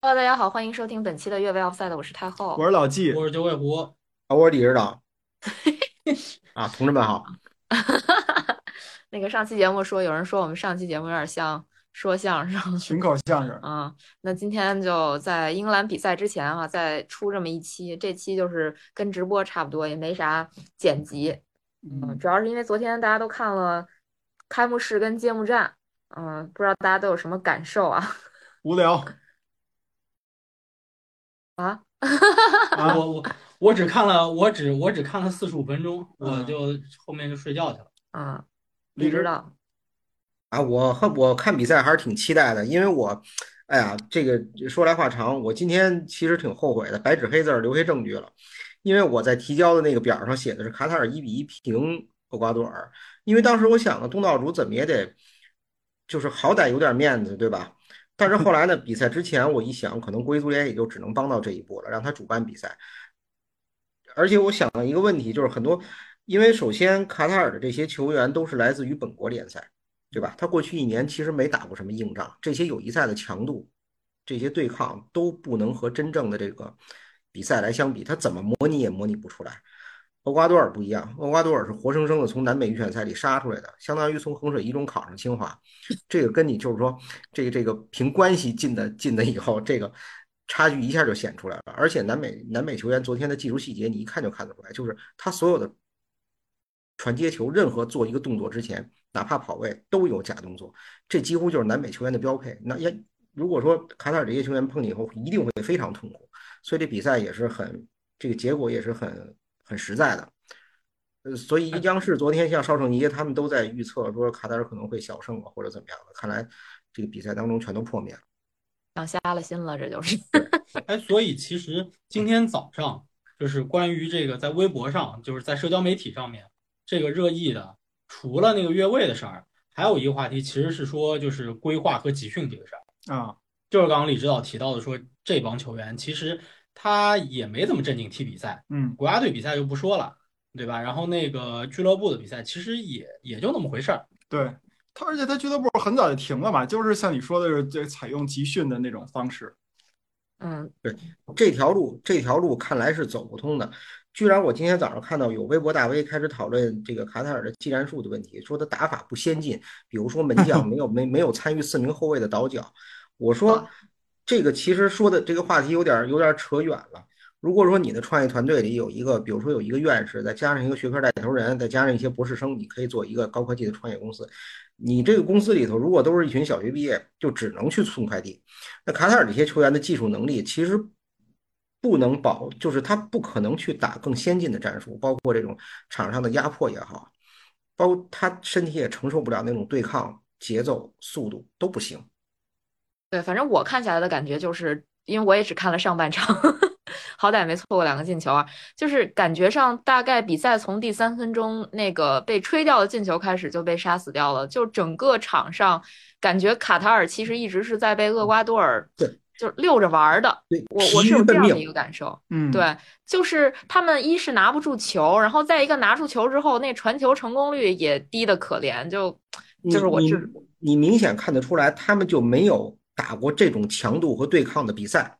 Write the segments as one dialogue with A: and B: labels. A: Hello，大家好，欢迎收听本期的越位 Offside，我是太
B: 我
A: 后。
B: 是老纪，
C: 我是九尾狐，
D: 啊，我是李 指导啊，同志们好，
A: 那个上期节目说，有人说我们上期节目有点像说相声，
B: 群口相声。
A: 啊，那今天就在英格兰比赛之前啊，再出这么一期，这期就是跟直播差不多，也没啥剪辑，嗯，
B: 嗯，
A: 主要是因为昨天大家都看了开幕式跟揭幕战，嗯，不知道大家都有什么感受啊？
B: 无聊
A: 啊，
B: 啊，
C: 我我我只看了，我只我只看了四十五分钟，
B: 嗯
C: 我就后面就睡觉去了。
A: 嗯，
B: 李
A: 你知
B: 指
A: 道，
D: 啊，我和我看比赛还是挺期待的，因为我，哎呀，这个说来话长，我今天其实挺后悔的，白纸黑字儿留下证据了，因为我在提交的那个表儿上写的是卡塔尔一比一平厄瓜多尔，因为当时我想的东道主怎么也得，就是好歹有点面子，对吧？但是后来呢，比赛之前我一想，可能国际足联也就只能帮到这一步了，让他主办比赛。而且我想了一个问题，就是很多，因为首先卡塔尔的这些球员都是来自于本国联赛，对吧？他过去一年其实没打过什么硬仗，这些友谊赛的强度，这些对抗都不能和真正的这个比赛来相比，他怎么模拟也模拟不出来。厄瓜多尔不一样，厄瓜多尔是活生生的从南美预选赛里杀出来的，相当于从衡水一中考上清华。这个跟你就是说，这个这个凭关系进的进的以后，这个差距一下就显出来了。而且南美南美球员昨天的技术细节，你一看就看得出来，就是他所有的传接球，任何做一个动作之前，哪怕跑位都有假动作，这几乎就是南美球员的标配。那要如果说卡塔尔这些球员碰见以后，一定会非常痛苦。所以这比赛也是很，这个结果也是很很实在的。呃，所以央视昨天像邵圣杰他们都在预测说卡塔尔可能会小胜啊，或者怎么样的。看来这个比赛当中全都破灭了。
A: 想瞎了心了，这就是。
C: 哎，所以其实今天早上就是关于这个在微博上，就是在社交媒体上面这个热议的，除了那个越位的事儿，还有一个话题其实是说就是规划和集训这个事儿。
B: 啊，
C: 就是刚刚李指导提到的说，这帮球员其实他也没怎么正经踢比赛，
B: 嗯
C: 国家队比赛就不说了，对吧？然后那个俱乐部的比赛其实也也就那么回事儿。
B: 对他，而且他俱乐部很早就停了嘛，就是像你说的是这采用集训的那种方式。
A: 嗯，
D: 这条路，这条路看来是走不通的。居然我今天早上看到有微博大 V 开始讨论这个卡塔尔的技战术的问题，说他打法不先进，比如说门将没有没没有参与四名后卫的倒脚。我说这个其实说的这个话题有点有点扯远了。如果说你的创业团队里有一个，比如说有一个院士，再加上一个学科带头人，再加上一些博士生，你可以做一个高科技的创业公司。你这个公司里头，如果都是一群小学毕业，就只能去送快递。那卡塔尔这些球员的技术能力其实不能保，就是他不可能去打更先进的战术，包括这种场上的压迫也好，包括他身体也承受不了那种对抗节奏、速度都不行。
A: 对，反正我看下来的感觉就是，因为我也只看了上半场， 好歹没错过两个进球啊，就是感觉上大概比赛从第三分钟那个被吹掉的进球开始就被杀死掉了，就整个场上感觉卡塔尔其实一直是在被厄瓜多尔
D: 嗯对
A: 就遛着玩儿的，
D: 对，
A: 我我
D: 疲
A: 是有这
D: 于奔
A: 样的一
D: 命。
A: 个感受。
B: 嗯，，
A: 对，就是他们一是拿不住球，然后再一个拿住球之后，那传球成功率也低得可怜，就
D: 你
A: 就是我
D: 你
A: 这
D: 你明显看得出来，他们就没有打过这种强度和对抗的比赛，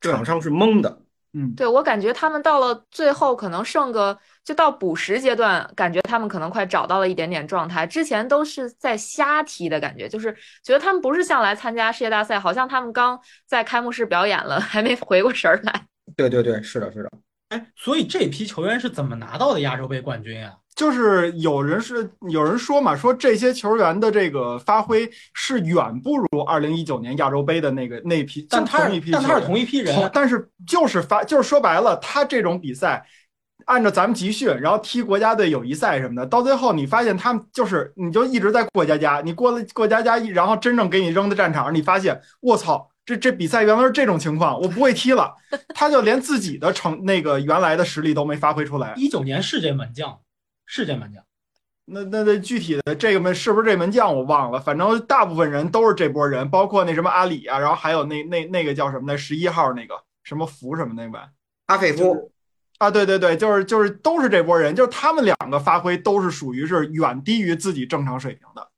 B: 对
D: 场上是懵的。
B: 嗯，
A: 对，我感觉他们到了最后，可能剩个就到补时阶段，感觉他们可能快找到了一点点状态。之前都是在瞎踢的感觉，就是觉得他们不是像来参加世界大赛，好像他们刚在开幕式表演了，还没回过神儿来。
D: 对对对，是的，是的。
C: 哎，所以这批球员是怎么拿到的亚洲杯冠军啊？
B: 就是有人是有人说嘛，说这些球员的这个发挥是远不如二零一九年亚洲杯的那个那批，
C: 但
B: 就
C: 他
B: 同一
C: 是
B: 批
C: 但他
B: 球
C: 是
B: 员。
C: 同一批人，啊
B: 同，但是就是发，就是说白了，他这种比赛，按照咱们集训，然后踢国家队友谊赛什么的，到最后你发现他们就是，你就一直在过家家，你过了过家家，然后真正给你扔到战场上，你发现我操，这这比赛原来是这种情况，我不会踢了，他就连自己的成那个原来的实力都没发挥出来。
C: 一九年是这门将，是这门将。
B: 那那那具体的这个门是不是这门将我忘了，反正大部分人都是这波人，包括那什么阿里啊，然后还有那那那个叫什么来，十一号那个什么福什么那吧。
D: 阿费夫，
B: 啊，对对对，就是就是都是这波人，就是他们两个发挥都是属于是远低于自己正常水平的。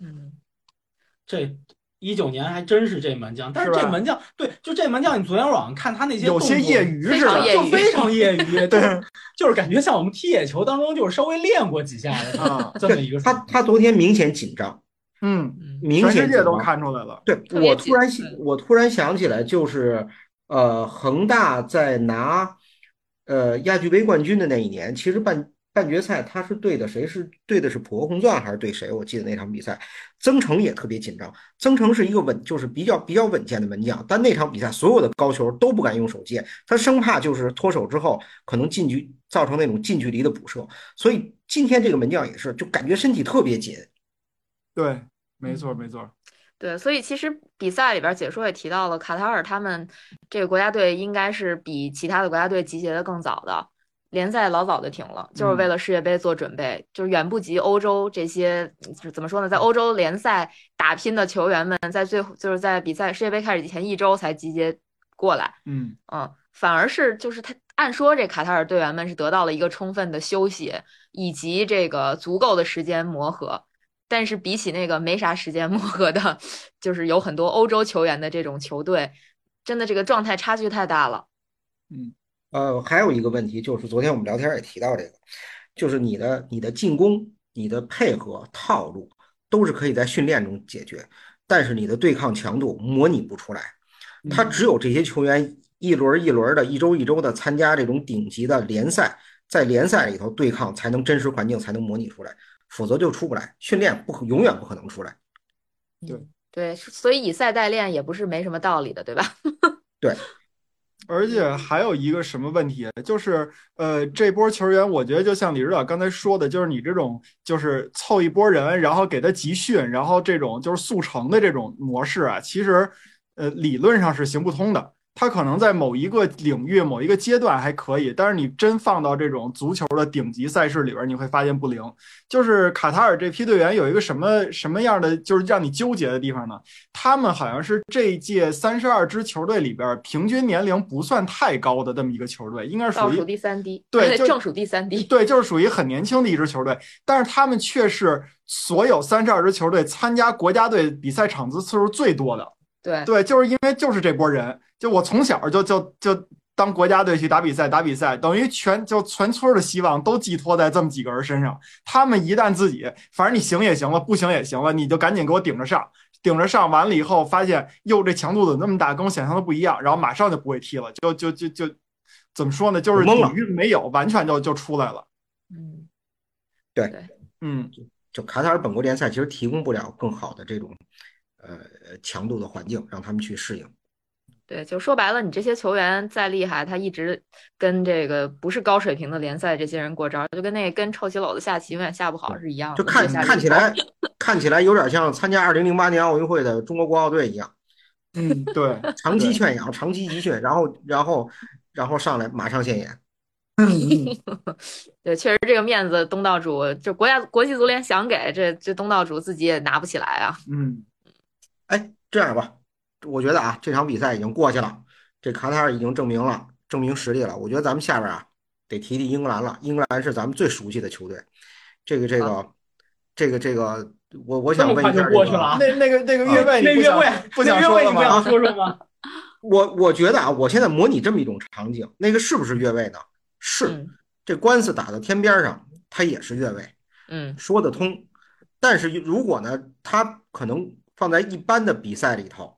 A: 嗯，
C: 这一九年还真是这门将，但是
B: 是吧
C: 这门将对，就这门将，你昨天晚上看他那些
B: 有
C: 动
B: 些
C: 作
B: 业余
A: 非
B: 似
A: 常
B: 的
A: 业余
C: 就非常 业余，
B: 对
C: 就是就是感觉像我们踢野球当中就是稍微练过几下的
B: 啊，
C: 这么一个水
D: 他
C: 平。
D: 他昨天明显紧张，
B: 嗯，
A: 嗯，
D: 明
B: 全
D: 显
B: 世界
D: 紧
B: 都
D: 张
B: 看出来了，
D: 对，
A: 特别
D: 我
A: 紧
D: 突然
A: 对
D: 想，我突然想起来，就是呃，恒大在拿呃亚俱杯冠军的那一年，其实半半决赛他是对的谁？是对的是浦和红钻还是对谁？我记得那场比赛，曾诚也特别紧张。曾诚是一个稳，就是比较比较稳健的门将，但那场比赛所有的高球都不敢用手接，他生怕就是脱手之后可能近距造成那种近距离的补射。所以今天这个门将也是，就感觉身体特别紧。
B: 对，没错没错，
A: 对，所以其实比赛里边儿解说也提到了，卡塔尔他们这个国家队应该是比其他的国家队集结的更早的，联赛老早就停了，就是为
B: 嗯
A: 了世界杯做准备，就是远不及欧洲这些就是怎么说呢，在欧洲联赛打拼的球员们，在最后就是在比赛世界杯开始前一周才集结过来，
B: 嗯，
A: 嗯，反而是就是他按说这卡塔尔队员们是得到了一个充分的休息以及这个足够的时间磨合，但是比起那个没啥时间磨合的，就是有很多欧洲球员的这种球队，真的这个状态差距太大了。
D: 呃，还有一个问题就是，昨天我们聊天也提到这个，就是你的你的进攻、你的配合套路都是可以在训练中解决，但是你的对抗强度模拟不出来。他只有这些球员一轮儿一轮的、一周一周的参加这种顶级的联赛，在联赛里头对抗，才能真实环境才能模拟出来，否则就出不来。训练不可永远不可能出来。
A: 对，所以以赛代练也不是没什么道理的，对吧？
B: 而且还有一个什么问题，就是呃，这波球员，我觉得就像李指导刚才说的，就是你这种就是凑一波人，然后给他集训，然后这种就是速成的这种模式啊，其实呃理论上是行不通的。他可能在某一个领域、某一个阶段还可以，但是你真放到这种足球的顶级赛事里边，你会发现不灵。就是卡塔尔这批队员有一个什么什么样的，就是让你纠结的地方呢？他们好像是这一届三十二支球队里边儿平均年龄不算太高的这么一个球队，应该是
A: 倒
B: 属
A: 数
B: 于
A: 第三低，
B: 对 就
A: 正数第三低。
B: 对，就是属于很年轻的一支球队，但是他们却是所有三十二支球队参加国家队比赛场次次数最多的。
A: 对，
B: 对，就是因为就是这波人，就我从小就就就当国家队去打比赛打比赛，等于全就全村儿的希望都寄托在这么几个人身上。他们一旦自己，反正你行也行了，不行也行了，你就赶紧给我顶着上，顶着上完了以后，发现哟这强度怎么那么大，跟我想象的不一样，然后马上就不会踢了，就就就就怎么说呢，就是
D: 懵
B: 底
D: 了
B: 蕴没有，完全就就出来了。
A: 嗯，
B: 嗯，
D: 就卡塔尔本国联赛其实提供不了更好的这种呃强度的环境，让他们去适应。
A: 对，就说白了，你这些球员再厉害，他一直跟这个不是高水平的联赛这些人过招，就跟那跟臭棋篓子下棋永远下不好是一样的。
D: 就看
A: 越下越
D: 看起
A: 糟
D: 来看起来有点像参加二零零八年奥运会的中国国奥队一样，
B: 嗯， 对，
D: 长期
B: 对
D: 圈养，长期集训，然后然后然后上来马上现眼。
B: 嗯
A: 对，确实这个面子，东道主就国家国际足联想给这这东道主自己也拿不起来啊。
B: 嗯，
D: 哎，这样吧，我觉得啊，这场比赛已经过去了，这卡塔尔已经证明了证明实力了。我觉得咱们下边啊得提提英格兰了，英格兰是咱们最熟悉的球队。这个这个这个这个，我我想
C: 这么
D: 问一
C: 快
D: 下
C: 就
D: 这
C: 过去
D: 个
C: 了啊
B: 那那个那个
D: 啊
B: 越位
C: 那
B: 你不
C: 越
B: 想，
C: 位
B: 不想
C: 那越
B: 说
C: 位
B: 了
C: 你不
B: 吗？
C: 想说说吗？
D: 我我觉得啊，我现在模拟这么一种场景，那个是不是越位呢？是，
A: 嗯
D: 这官司打到天边儿上，它也是越位，
A: 嗯
D: 说得通。但是如果呢，它可能放在一般的比赛里头，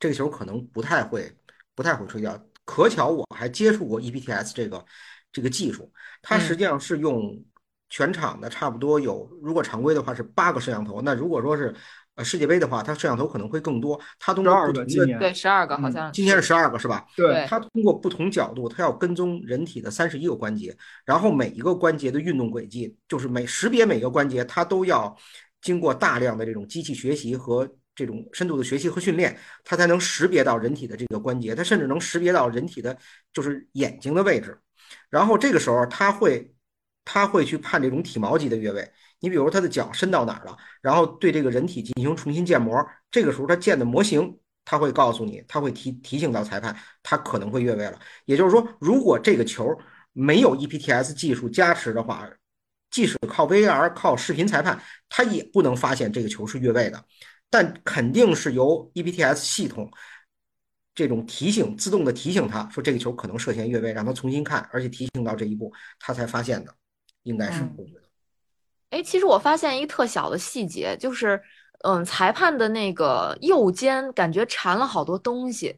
D: 这个球可能不太会不太会吹掉。可巧我还接触过 E EPTS 这个这个技术，它
A: 嗯
D: 实际上是用全场的差不多有，如果常规的话是八个摄像头，那如果说是呃世界杯的话，它摄像头可能会更多。它通过
B: 12
D: 不
B: 个
D: 同
B: 今
D: 的
B: 年
A: 对，十二个好
B: 嗯
A: 像
D: 今天是十二个是吧？
A: 对
D: 它通过不同角度，它要跟踪人体的三十一个关节，然后每一个关节的运动轨迹，就是每识别每个关节，它都要经过大量的这种机器学习和这种深度的学习和训练，它才能识别到人体的这个关节，它甚至能识别到人体的就是眼睛的位置。然后这个时候，它会它会去判这种体毛级的越位。你比如他的脚伸到哪儿了，然后对这个人体进行重新建模，这个时候他建的模型，他会告诉你，他会提提醒到裁判，他可能会越位了。也就是说，如果这个球没有 E EPTS 技术加持的话，即使靠 VAR、靠视频裁判，他也不能发现这个球是越位的。但肯定是由 E EPTS 系统这种提醒自动的提醒他说这个球可能涉嫌越位，让他重新看，而且提醒到这一步，他才发现的，应该是
A: 嗯
D: 我觉得。
A: 哎，其实我发现一个特小的细节，就是，嗯，裁判的那个右肩感觉缠了好多东西，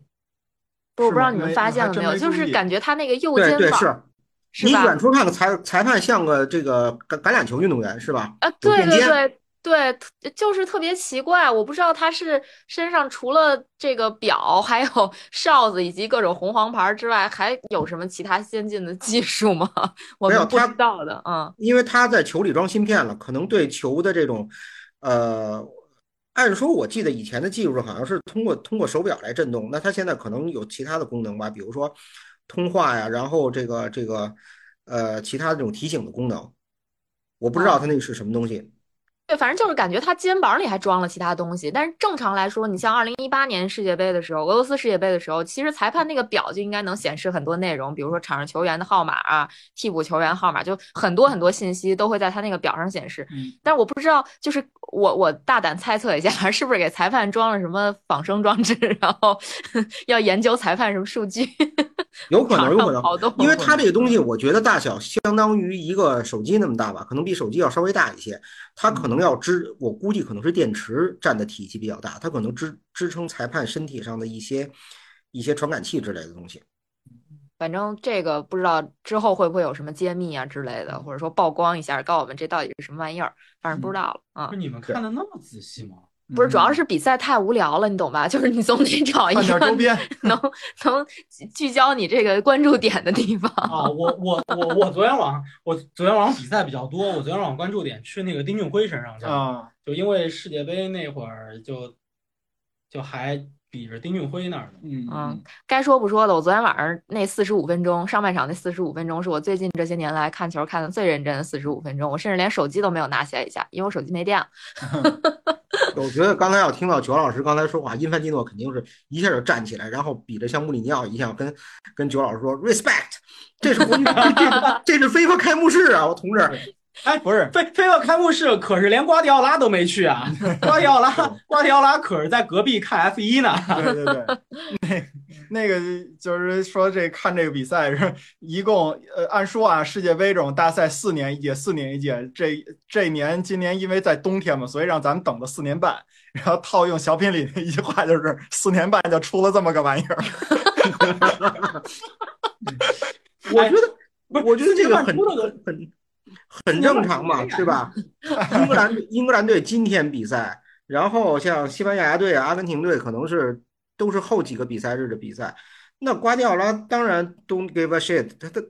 A: 不，我
B: 是
A: 不知道
B: 吗
A: 你们
B: 没
A: 发
B: 还
A: 现了
B: 真
A: 没有，
B: 没
A: 就
B: 注
A: 是
B: 意
A: 感觉他那个右
D: 对
A: 肩
D: 对
A: 膀
D: 是，
A: 是
D: 你
A: 吧？
D: 远处看个裁裁判像个这个橄橄榄球运动员是吧？
A: 啊，
D: 有
A: 对
D: 垫
A: 对
D: 肩
A: 对对，特就是特别奇怪，我不知道他是身上除了这个表，还有 哨子以及各种红黄牌之外，还有什么其他先进的技术吗？ 我
D: 没有
A: 们不
D: 他
A: 知道的，嗯
D: 因为他在球里装芯片了，可能对球的这种，呃，按说我记得以前的技术好像是通过通过手表来震动，那他现在可能有其他的功能吧，比如说通话呀，然后这个这个呃其他这种提醒的功能，我不知道
A: 哦
D: 他那个是什么东西。
A: 对，反正就是感觉他肩膀里还装了其他东西。但是正常来说，你像二零一八年世界杯的时候，俄罗斯世界杯的时候，其实裁判那个表就应该能显示很多内容，比如说场上球员的号码啊、替补球员号码，就很多很多信息都会在他那个表上显示。
C: 嗯，
A: 但是我不知道，就是我我大胆猜测一下， 是不是给裁判装了什么仿生装置， 然后要研究裁判什么数据？
D: 有可能，有
A: 场
D: 可
A: 上
D: 能，
A: 跑动
D: 因为它这个东西，我觉得大小相当于一个手机那么大吧，可能比手机要稍微大一些。它可能要支，我估计可能是电池占的体积比较大，它可能支支撑裁判身体上的一些一些传感器之类的东西。
A: 反正这个不知道之后会不会有什么揭秘啊之类的，或者说曝光一下，告诉我们这到底是什么玩意儿，反
D: 嗯
A: 正不知道了啊
C: 不。是你们看的那么仔细吗？
A: 不是，主
B: 嗯
A: 要是比赛太无聊了，你懂吧？ 就是哎你总得找一
B: 看点周
A: 个
B: 边，
A: 能能聚焦你这个关注点的地 方。
C: 啊，我我我我昨天晚上我昨天晚上比赛比较多，我昨天晚上关注点去那个丁俊晖身上去了，
B: 啊，
C: 就因为世界杯那会儿就就还比着丁俊晖那儿呢。
B: 嗯
A: 嗯，该说不说的，我昨天晚上那四十五分钟，上半场那四十五分钟，是我最近这些年来看球看的最认真的四十五分钟。我甚至连手机都没有拿起来一下，因为我手机没电了。
D: 我觉得刚才要听到九老师刚才说话，因凡蒂诺肯定是一下就站起来，然后比着像穆里尼奥一样跟跟九老师说 respect，这是这是非法开幕式啊，我同志。
C: 哎，
B: 不 是
C: 菲菲尔开幕式可是连瓜迪奥拉都没去 啊，瓜迪奥拉瓜迪奥拉可是在隔壁看 F 一呢。
B: 对对对，那那个就是说这看这个比赛是一共呃，按说啊，世界杯这种大赛四年一届，四年一届，这这年今年因为在冬天嘛，所以让咱们等了四年半。然后套用小品里的一句话，就是四年半就出了这么个玩意儿。
D: 我觉得，
C: 不是
D: 我觉得这个很
C: 四年半出了
D: 很很很正常嘛，是吧？英格兰 英格兰队今天比赛，然后像西班牙队啊、阿根廷队可能是都是后几个比赛日的比赛。那瓜迪奥拉当然 don't give a shit，他他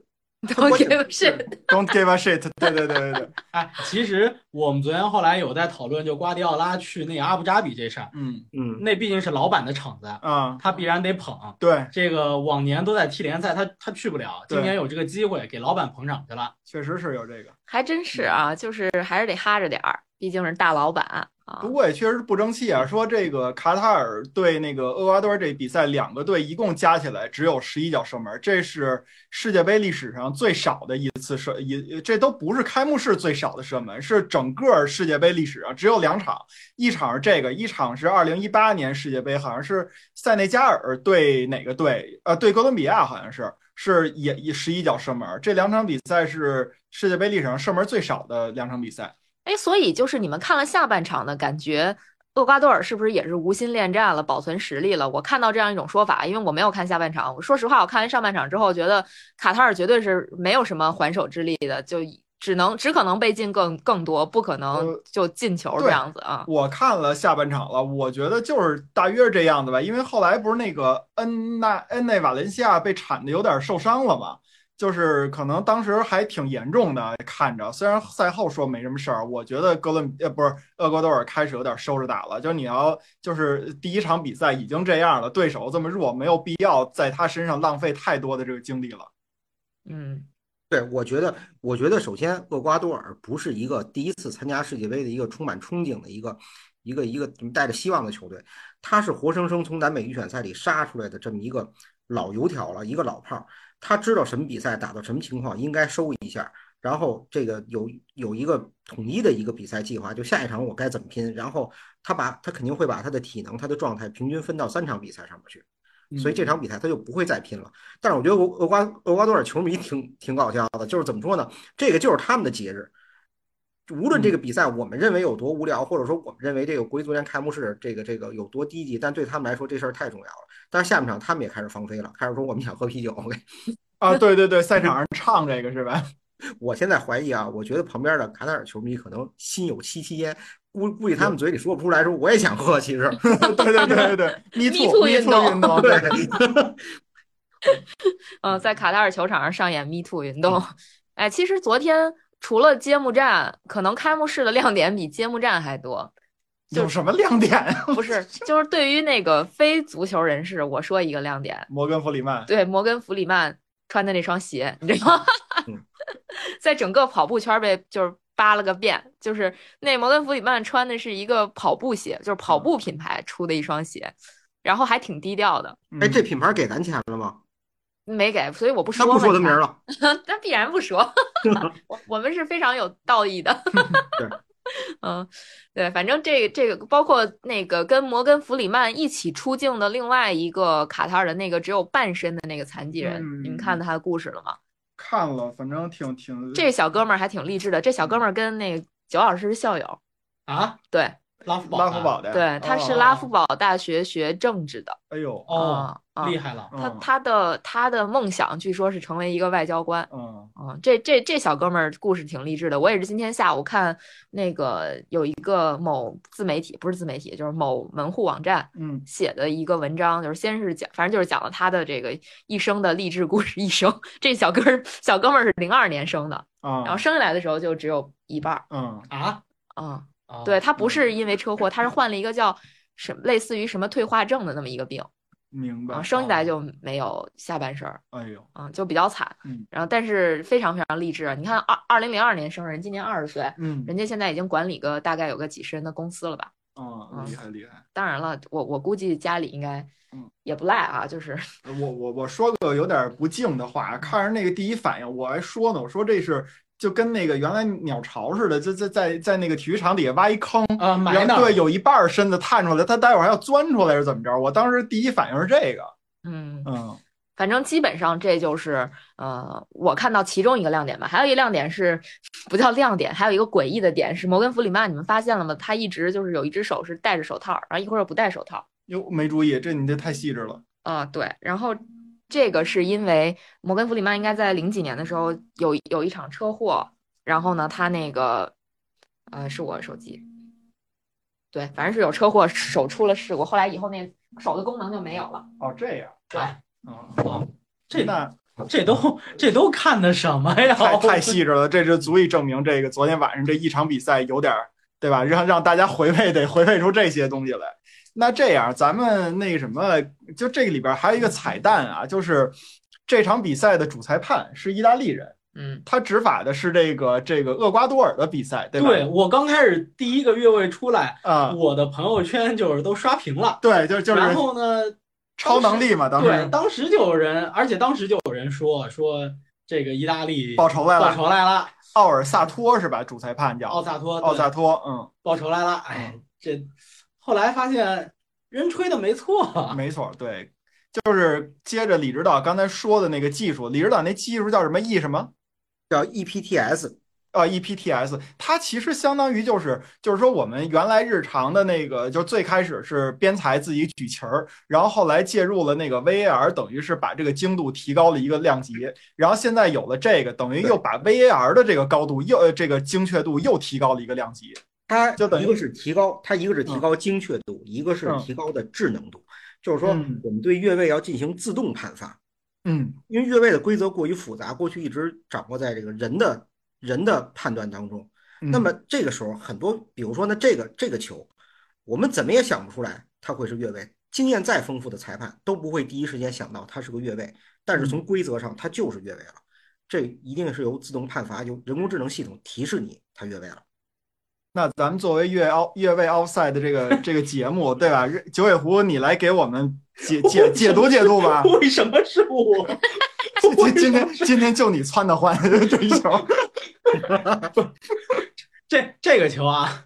A: 都给不是
B: Don't give a shit。对对对对对，
C: 哎，其实我们昨天后来有在讨论，就瓜迪奥拉去那阿布扎比这事儿，
B: 嗯
D: 嗯，
C: 那毕竟是老板的场子，
B: 啊，
C: 他必然得捧。
B: 对，
C: 这个往年都在踢联赛，他他去不了，
B: 对
C: 今年有这个机会给老板捧场去了。
B: 确实是有这个。
A: 还真是啊，就是还是得哈着点儿，毕竟是大老板啊
B: 不。过也确实不争气啊。说这个卡塔尔对那个厄瓜多尔这比赛，两个队一共加起来只有十一脚射门，这是世界杯历史上最少的一次射，一这都不是开幕式最少的射门，是整个世界杯历史上只有两场，一场是这个，一场是二零一八年世界杯，好像是塞内加尔对哪个队？呃，对哥伦比亚好像是。是也也十一脚射门，这两场比赛是世界杯历史上射门最少的两场比赛。
A: 哎，所以就是你们看了下半场的感觉，厄瓜多尔是不是也是无心恋战了，保存实力了？我看到这样一种说法，因为我没有看下半场。我说实话，我看完上半场之后，觉得卡塔尔绝对是没有什么还手之力的，就只能只可能被进更更多，不可能
B: 呃
A: 就进球
B: 对
A: 这样子啊。
B: 我看了下半场了，我觉得就是大约是这样子吧，因为后来不是那个恩纳恩内瓦伦西亚被铲的有点受伤了嘛，就是可能当时还挺严重的，看着虽然赛后说没什么事儿，我觉得哥伦呃不是厄瓜多尔开始有点收着打了，就是你要就是第一场比赛已经这样了，对手这么弱，没有必要在他身上浪费太多的这个精力了。
A: 嗯，
D: 对，我觉得，我觉得首先厄瓜多尔不是一个第一次参加世界杯的一个充满憧憬的一个一个一个带着希望的球队，他是活生生从南美预选赛里杀出来的这么一个老油条了，一个老炮儿，他知道什么比赛打到什么情况应该收一下，然后这个有有一个统一的一个比赛计划，就下一场我该怎么拼。然后他把他肯定会把他的体能、他的状态平均分到三场比赛上面去，所以这场比赛他就不会再拼了。但是我觉得俄俄瓜厄瓜多尔球迷挺挺搞笑的，就是怎么说呢？这个就是他们的节日。无
B: 嗯
D: 论这个比赛我们认为有多无聊，或者说我们认为这个国际足联开幕式这个这个有多低级，但对他们来说这事儿太重要了。但是下半场他们也开始放飞了，开始说我们想喝啤酒。
B: 啊，对对对，赛场上唱这个是吧？
D: 我现在怀疑啊，我觉得旁边的卡塔尔球迷可能心有戚戚焉，估估计他们嘴里说不出来，说我也想喝。其 实，
B: 对对对对 对，me
A: Me
B: too
A: too
B: 运
A: 运动
B: 动，哦 对，
A: 嗯，在卡塔尔球场上上演 Me Too 运
B: 嗯
A: 动。哎，其实昨天除了揭幕战，可能开幕式的亮点比揭幕战还 多。
B: 有什么亮点啊？
A: 不是，就是对于那个非足球人士，我说一个亮点，
B: 摩根弗里曼，
A: 对摩根弗里曼穿的那双鞋，你知道吗
D: 嗯？
A: 在整个跑步圈被就是扒了个遍，就是那摩根弗里曼穿的是一个跑步鞋，就是跑
D: 嗯
A: 步品牌出的一双鞋，然后还挺低调的，
D: 哎，
B: 嗯
D: 这品牌给咱钱了吗？
A: 没给，所以我不
D: 他
A: 说
D: 不
A: 嘛
D: 说他
A: 你
D: 名
A: 看
D: 儿了。
A: 他必然不 说，我我们是非常有道义的。
D: 对，
A: 嗯，对，反正这这个包括那个跟摩根弗里曼一起出境的另外一个卡塔尔的那个只有半身的那个残疾人，
B: 嗯
A: 你们看到他的故事了吗？
B: 看了，反正挺挺
A: 这小哥们儿还挺励志的，这小哥们儿跟那个九老师是校友，
C: 啊，
A: 对
C: 拉夫堡啊，
B: 拉夫堡的，
A: 对，他是
B: 哦
A: 拉夫堡大学学政治的，
B: 哎呦，
C: 哦，
A: 啊、
C: 厉
A: 啊
C: 害了，
A: 他
B: 嗯
A: 他的他的梦想据说是成为一个外交官，
B: 嗯，
A: 嗯，这这这小哥们儿故事挺励志的。我也是今天下午看那个有一个某自媒体，不是自媒体，就是某门户网站
B: 嗯，
A: 写的一个文章，就是先是讲，反正就是讲了他的这个一生的励志故事。一生，这小哥儿小哥们儿是零二年生的，
B: 啊，
A: 然后生下来的时候就只有一半儿。
B: 嗯，
C: 啊，
A: 嗯，
C: 哦
A: 对，他不是因为车祸，他是患了一个叫什么类似于什么退化症的那么一个病
B: 明
A: 啊，
B: 白，
A: 生下来就没有下半身儿。
B: 哎呦，
A: 嗯，就比较惨
B: 嗯，
A: 然后但是非常非常励志。你看二二零零二年生人，今年二十岁，
B: 嗯，
A: 人家现在已经管理个大概有个几十人的公司了吧？
B: 啊，厉害厉害。
A: 当然了，我我估计家里应该
B: 嗯
A: 也不赖啊，就是
B: 我我我说个有点不敬的话，看着那个第一反应，我还说呢，我说这是就跟那个原来鸟巢似的，就在在在那个体育场底下挖一坑，
C: 啊，埋
B: 然
C: 呢，
B: 后对，有一半儿身子探出来，他待会儿还要钻出来是怎么着？我当时第一反应是这个，
A: 嗯，
B: 嗯
A: 反正基本上这就是呃，我看到其中一个亮点吧。还有一亮点是不叫亮点，还有一个诡异的点是摩根弗里曼，你们发现了吗？他一直就是有一只手是戴着手套，然后一会儿又不戴手套。
B: 哟没注意，这你这太细致了，
A: 啊，对，然后这个是因为摩根弗里曼应该在零几年的时候有有一场车祸，然后呢，他那个呃是我手机，对，反正是有车祸，手出了事故，后来以后那手的功能就没有了。
B: 哦这样，
A: 对，
B: 嗯，
C: 哦这
B: 那嗯
C: 这都这都看的什么呀？
B: 太太细致了，这就足以证明这个昨天晚上这一场比赛有点儿，对吧？让让大家回味得回味出这些东西来。那这样，咱们那个什么，就这个里边还有一个彩蛋啊，就是这场比赛的主裁判是意大利人，
A: 嗯，
B: 他执法的是这个这个厄瓜多尔的比赛，对吧？
C: 对我刚开始第一个越位出来，
B: 啊、
C: 我的朋友圈就是都刷屏了。
B: 对，就就是
C: 然后呢，
B: 超能力嘛，当
C: 对，
B: 时
C: 当时就有人，而且当时就有人说说这个意大利
B: 报仇来
C: 报
B: 了，
C: 仇来了，
B: 奥尔萨托是吧？主裁判叫
C: 奥萨托
B: 奥萨
C: 对
B: 托，嗯
C: 报仇来了。哎，这后来发现人吹的没错
B: 嗯，
C: 啊，
B: 没错，对，就是接着李指导刚才说的那个技术，李指导那技术叫什么 E 什么？
D: 叫 E EPTS，
B: 啊、e p t s 它其实相当于就是就是说我们原来日常的那个，就最开始是边裁自己举旗儿，然后后来介入了那个 VAR，等于是把这个精度提高了一个量级，然后现在有了这个，等于又把 VAR 的这个高度又呃这个精确度又提高了一个量级。
D: 它
B: 就等于
D: 一个是提高，它一个是提高精确度，一个是
B: 嗯
D: 提高的智能度。就是说
B: 嗯，
D: 我们对越位要进行自动判罚，
B: 嗯
D: 因为越位的规则过于复杂，过去一直掌握在这个人的人的判断当中。
B: 嗯
D: 那么这个时候，很多比如说呢，这个这个球，我们怎么也想不出来它会是越位。经验再丰富的裁判都不会第一时间想到它是个越位，但是从规则上它就是越位了。这一定是由自动判罚，由人工智能系统提示你它越位了。
B: 那咱们作为越奥越位 offside 的这 个这个节目，对吧？九尾狐，你来给我们解解解读解读吧。
C: 为什么是我？
B: 今今天今天就你窜的欢，这一球。
C: 这这个球啊，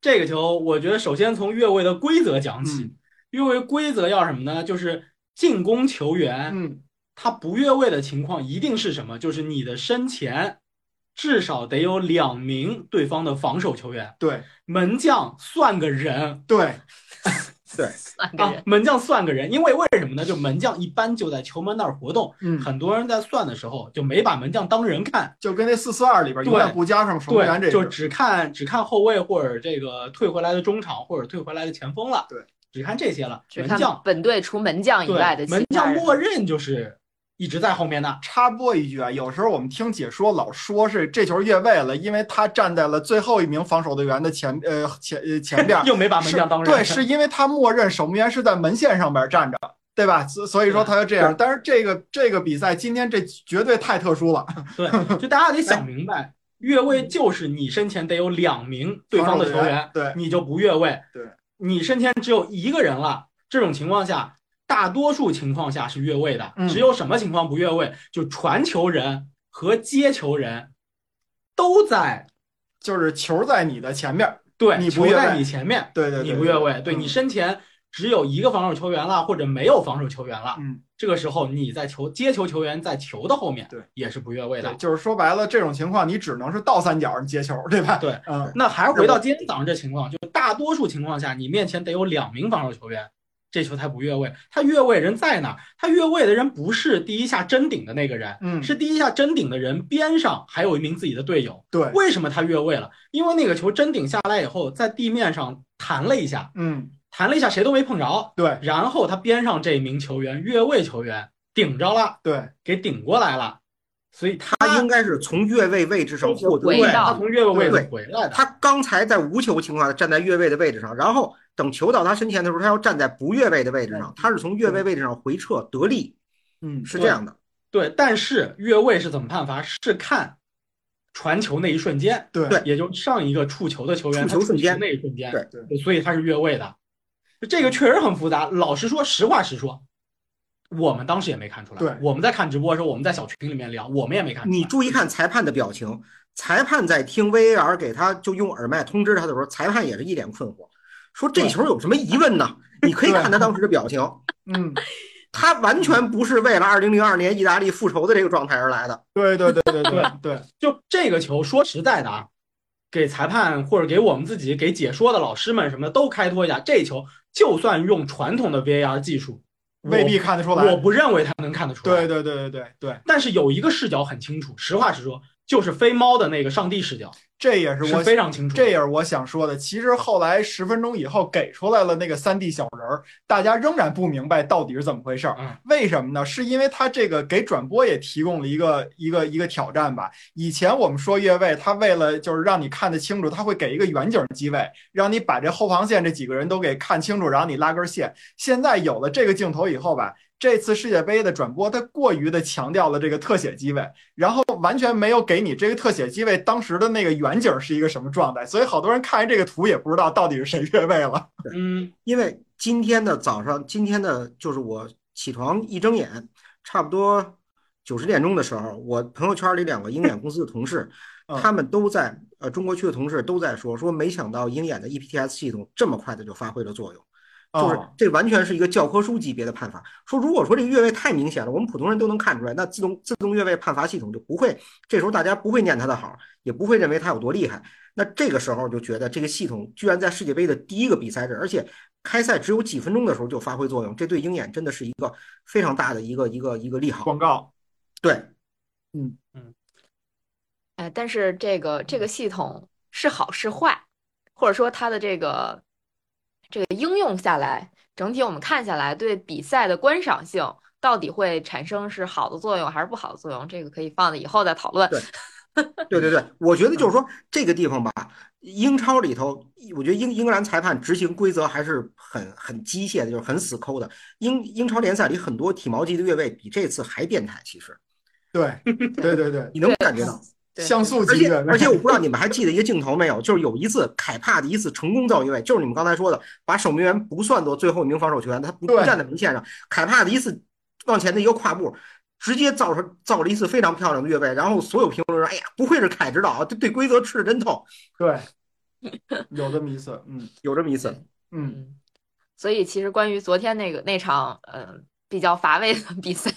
C: 这个球，我觉得首先从越位的规则讲起。
B: 嗯
C: 越位规则要什么呢？就是进攻球员
B: 嗯，
C: 他不越位的情况一定是什么？就是你的身前至少得有两名对方的防守球员，
B: 对
C: 门将算个人
B: 对，
A: 三个
C: 啊
A: 人，，
C: 门将算个人，因为为什么呢？就门将一般就在球门那儿活动，
B: 嗯，
C: 很多人在算的时候就没把门将当人看，
B: 就跟那四四二里边永远不加上守门员这
C: 对，就
B: 个，
C: 只看只看后卫或者这个退回来的中场或者退回来的前锋了。
B: 对，
C: 只看这些了。
A: 只
C: 门
A: 看
C: 将
A: 本队除门将以外的
C: 对
A: 其
C: 门
A: 他
C: 将
A: 人。
C: 默认就是一直在后面的。，
B: 插播一句啊，有时候我们听解说老说是这球越位了，因为他站在了最后一名防守队员的前呃前呃前边
C: 又没把门将当人，
B: 对，是因为他默认守门员是在门线上边站着，对吧？所所以说他就这样。但是这个这个比赛今天这绝对太特殊了，
C: 对，就大家得想明白，越位就是你身前得有两名对方的球员，
B: 对
C: 你就不越位。
B: 对，
C: 你身前只有一个人了，这种情况下，大多数情况下是越位的。
B: 嗯
C: 只有什么情况不越位？就传球人和接球人都在
B: 就是球在你的前面，
C: 对
B: 你不
C: 球
B: 越位
C: 在你前面，
B: 对对对，
C: 你不越位，对
B: 嗯
C: 你身前只有一个防守球员了，或者没有防守球员了，
B: 嗯，
C: 这个时候你在球接球球员在球的后面，
B: 对，
C: 也是不越位的
B: 对，。就是说白了这种情况你只能是倒三角接球，对吧？
C: 对，
B: 嗯，
C: 那还是回到今天早上这情况，就大多数情况下，你面前得有两名防守球员，这球才不越位。他越位人在哪儿？他越位的人不是第一下争顶的那个人，
B: 嗯
C: 是第一下争顶的人边上还有一名自己的队友。
B: 对，
C: 为什么他越位了？因为那个球争顶下来以后，在地面上弹了一下，
B: 嗯，
C: 弹了一下谁都没碰着，
B: 对
C: 然后他边上这名球员越位球员顶着了，
B: 对，
C: 给顶过来了，所以他
D: 他应该是从越位位置上获得
A: 回
C: 对
A: 到
C: 他从越位位
D: 对
C: 置回来的。
D: 他刚才在无球情况下站在越位的位置上，然后等球到他身前的时候，他要站在不越位的位置上，他是从越位位置上回撤得力，
B: 嗯，
D: 是这样的。
C: 对，但是越位是怎么判罚？是看传球那一瞬间，
B: 对
D: 对
C: 也就上一个触球的球员
D: 触
C: 他
D: 球瞬间
C: 那一瞬间，
D: 对
B: 对
C: 所以他是越位的。这个确实很复杂。老实说，实话实说，我们当时也没看出来。
B: 对
C: 我们在看直播的时候，我们在小群里面聊，我们也没看出来。
D: 你注意看裁判的表情，裁判在听 VAR 给他就用耳麦通知他的时候，裁判也是一脸困惑，说这球有什么疑问呢？你可以看他当时的表情，
B: 嗯，
D: 他完全不是为了2002年意大利复仇的这个状态而来的。
B: 对对对对对对，
C: 就这个球，说实在的啊，给裁判或者给我们自己、给解说的老师们什么的都开脱一下，这球就算用传统的 VAR 技术，我
B: 未必看得出
C: 我
B: 来。
C: 不认为他能看得出来。
B: 对对对对对对，
C: 但是有一个视角很清楚，实话实说，就是飞猫的那个上帝视角
B: 这也是
C: 是
B: 我
C: 非常清楚的。
B: 这也是我想说的。其实后来十分钟以后给出来了那个三 D 小人儿，大家仍然不明白到底是怎么回事儿
C: 嗯。
B: 为什么呢？是因为他这个给转播也提供了一个一个一个挑战吧。以前我们说越位，他为了就是让你看得清楚，他会给一个远景机位，让你把这后防线这几个人都给看清楚，然后你拉根线。现在有了这个镜头以后吧。这次世界杯的转播，它过于的强调了这个特写机位，然后完全没有给你这个特写机位当时的那个远景是一个什么状态，所以好多人看完这个图也不知道到底是谁越位了。
C: 嗯，
D: 因为今天的早上，今天的就是我起床一睁眼，差不多九十点钟的时候，我朋友圈里两个鹰眼公司的同事，
B: 嗯
D: 他们都在呃中国区的同事都在说，说没想到鹰眼的 E EPTS 系统这么快的就发挥了作用，就是
B: 哦
D: 这完全是一个教科书级别的判罚。说如果说这个越位太明显了，我们普通人都能看出来，那自动自动越位判罚系统就不会，这时候大家不会念他的好，也不会认为他有多厉害。那这个时候就觉得这个系统居然在世界杯的第一个比赛日，而且开赛只有几分钟的时候就发挥作用，这对鹰眼真的是一个非常大的一个一个一个利好。
B: 广告，
D: 对，
A: 哎，但是这个这个系统是好是坏，或者说它的这个这个应用下来，整体我们看下来，对比赛的观赏性到底会产生是好的作用还是不好的作用，这个可以放在以后再讨论。
D: 对对对对，我觉得就是说这个地方吧，英超里头，我觉得英英格兰裁判执行规则还是很很机械的，就是很死抠的。英英超联赛里很多体毛级的越位比这次还变态，其实
B: 对对对 对，
D: 你能感觉到。
A: 对
B: 像素
D: 而
B: 级
D: 且
B: 越位
D: 而且我不知道你们还记得一个镜头没有，就是有一次凯帕的一次成功造越位，就是你们刚才说的，把守门员不算作最后一名防守球员，他不不
B: 对
D: 站在门线上，凯帕的一次往前的一个跨步，直接造成造了一次非常漂亮的越位，然后所有评论说：“哎呀，不愧是凯指导，啊对对规则吃的真透。
B: 对，有这么一次，嗯”
D: 有这么一次，
B: 嗯，
A: 嗯，所以其实关于昨天那个那场呃比较乏味的比赛，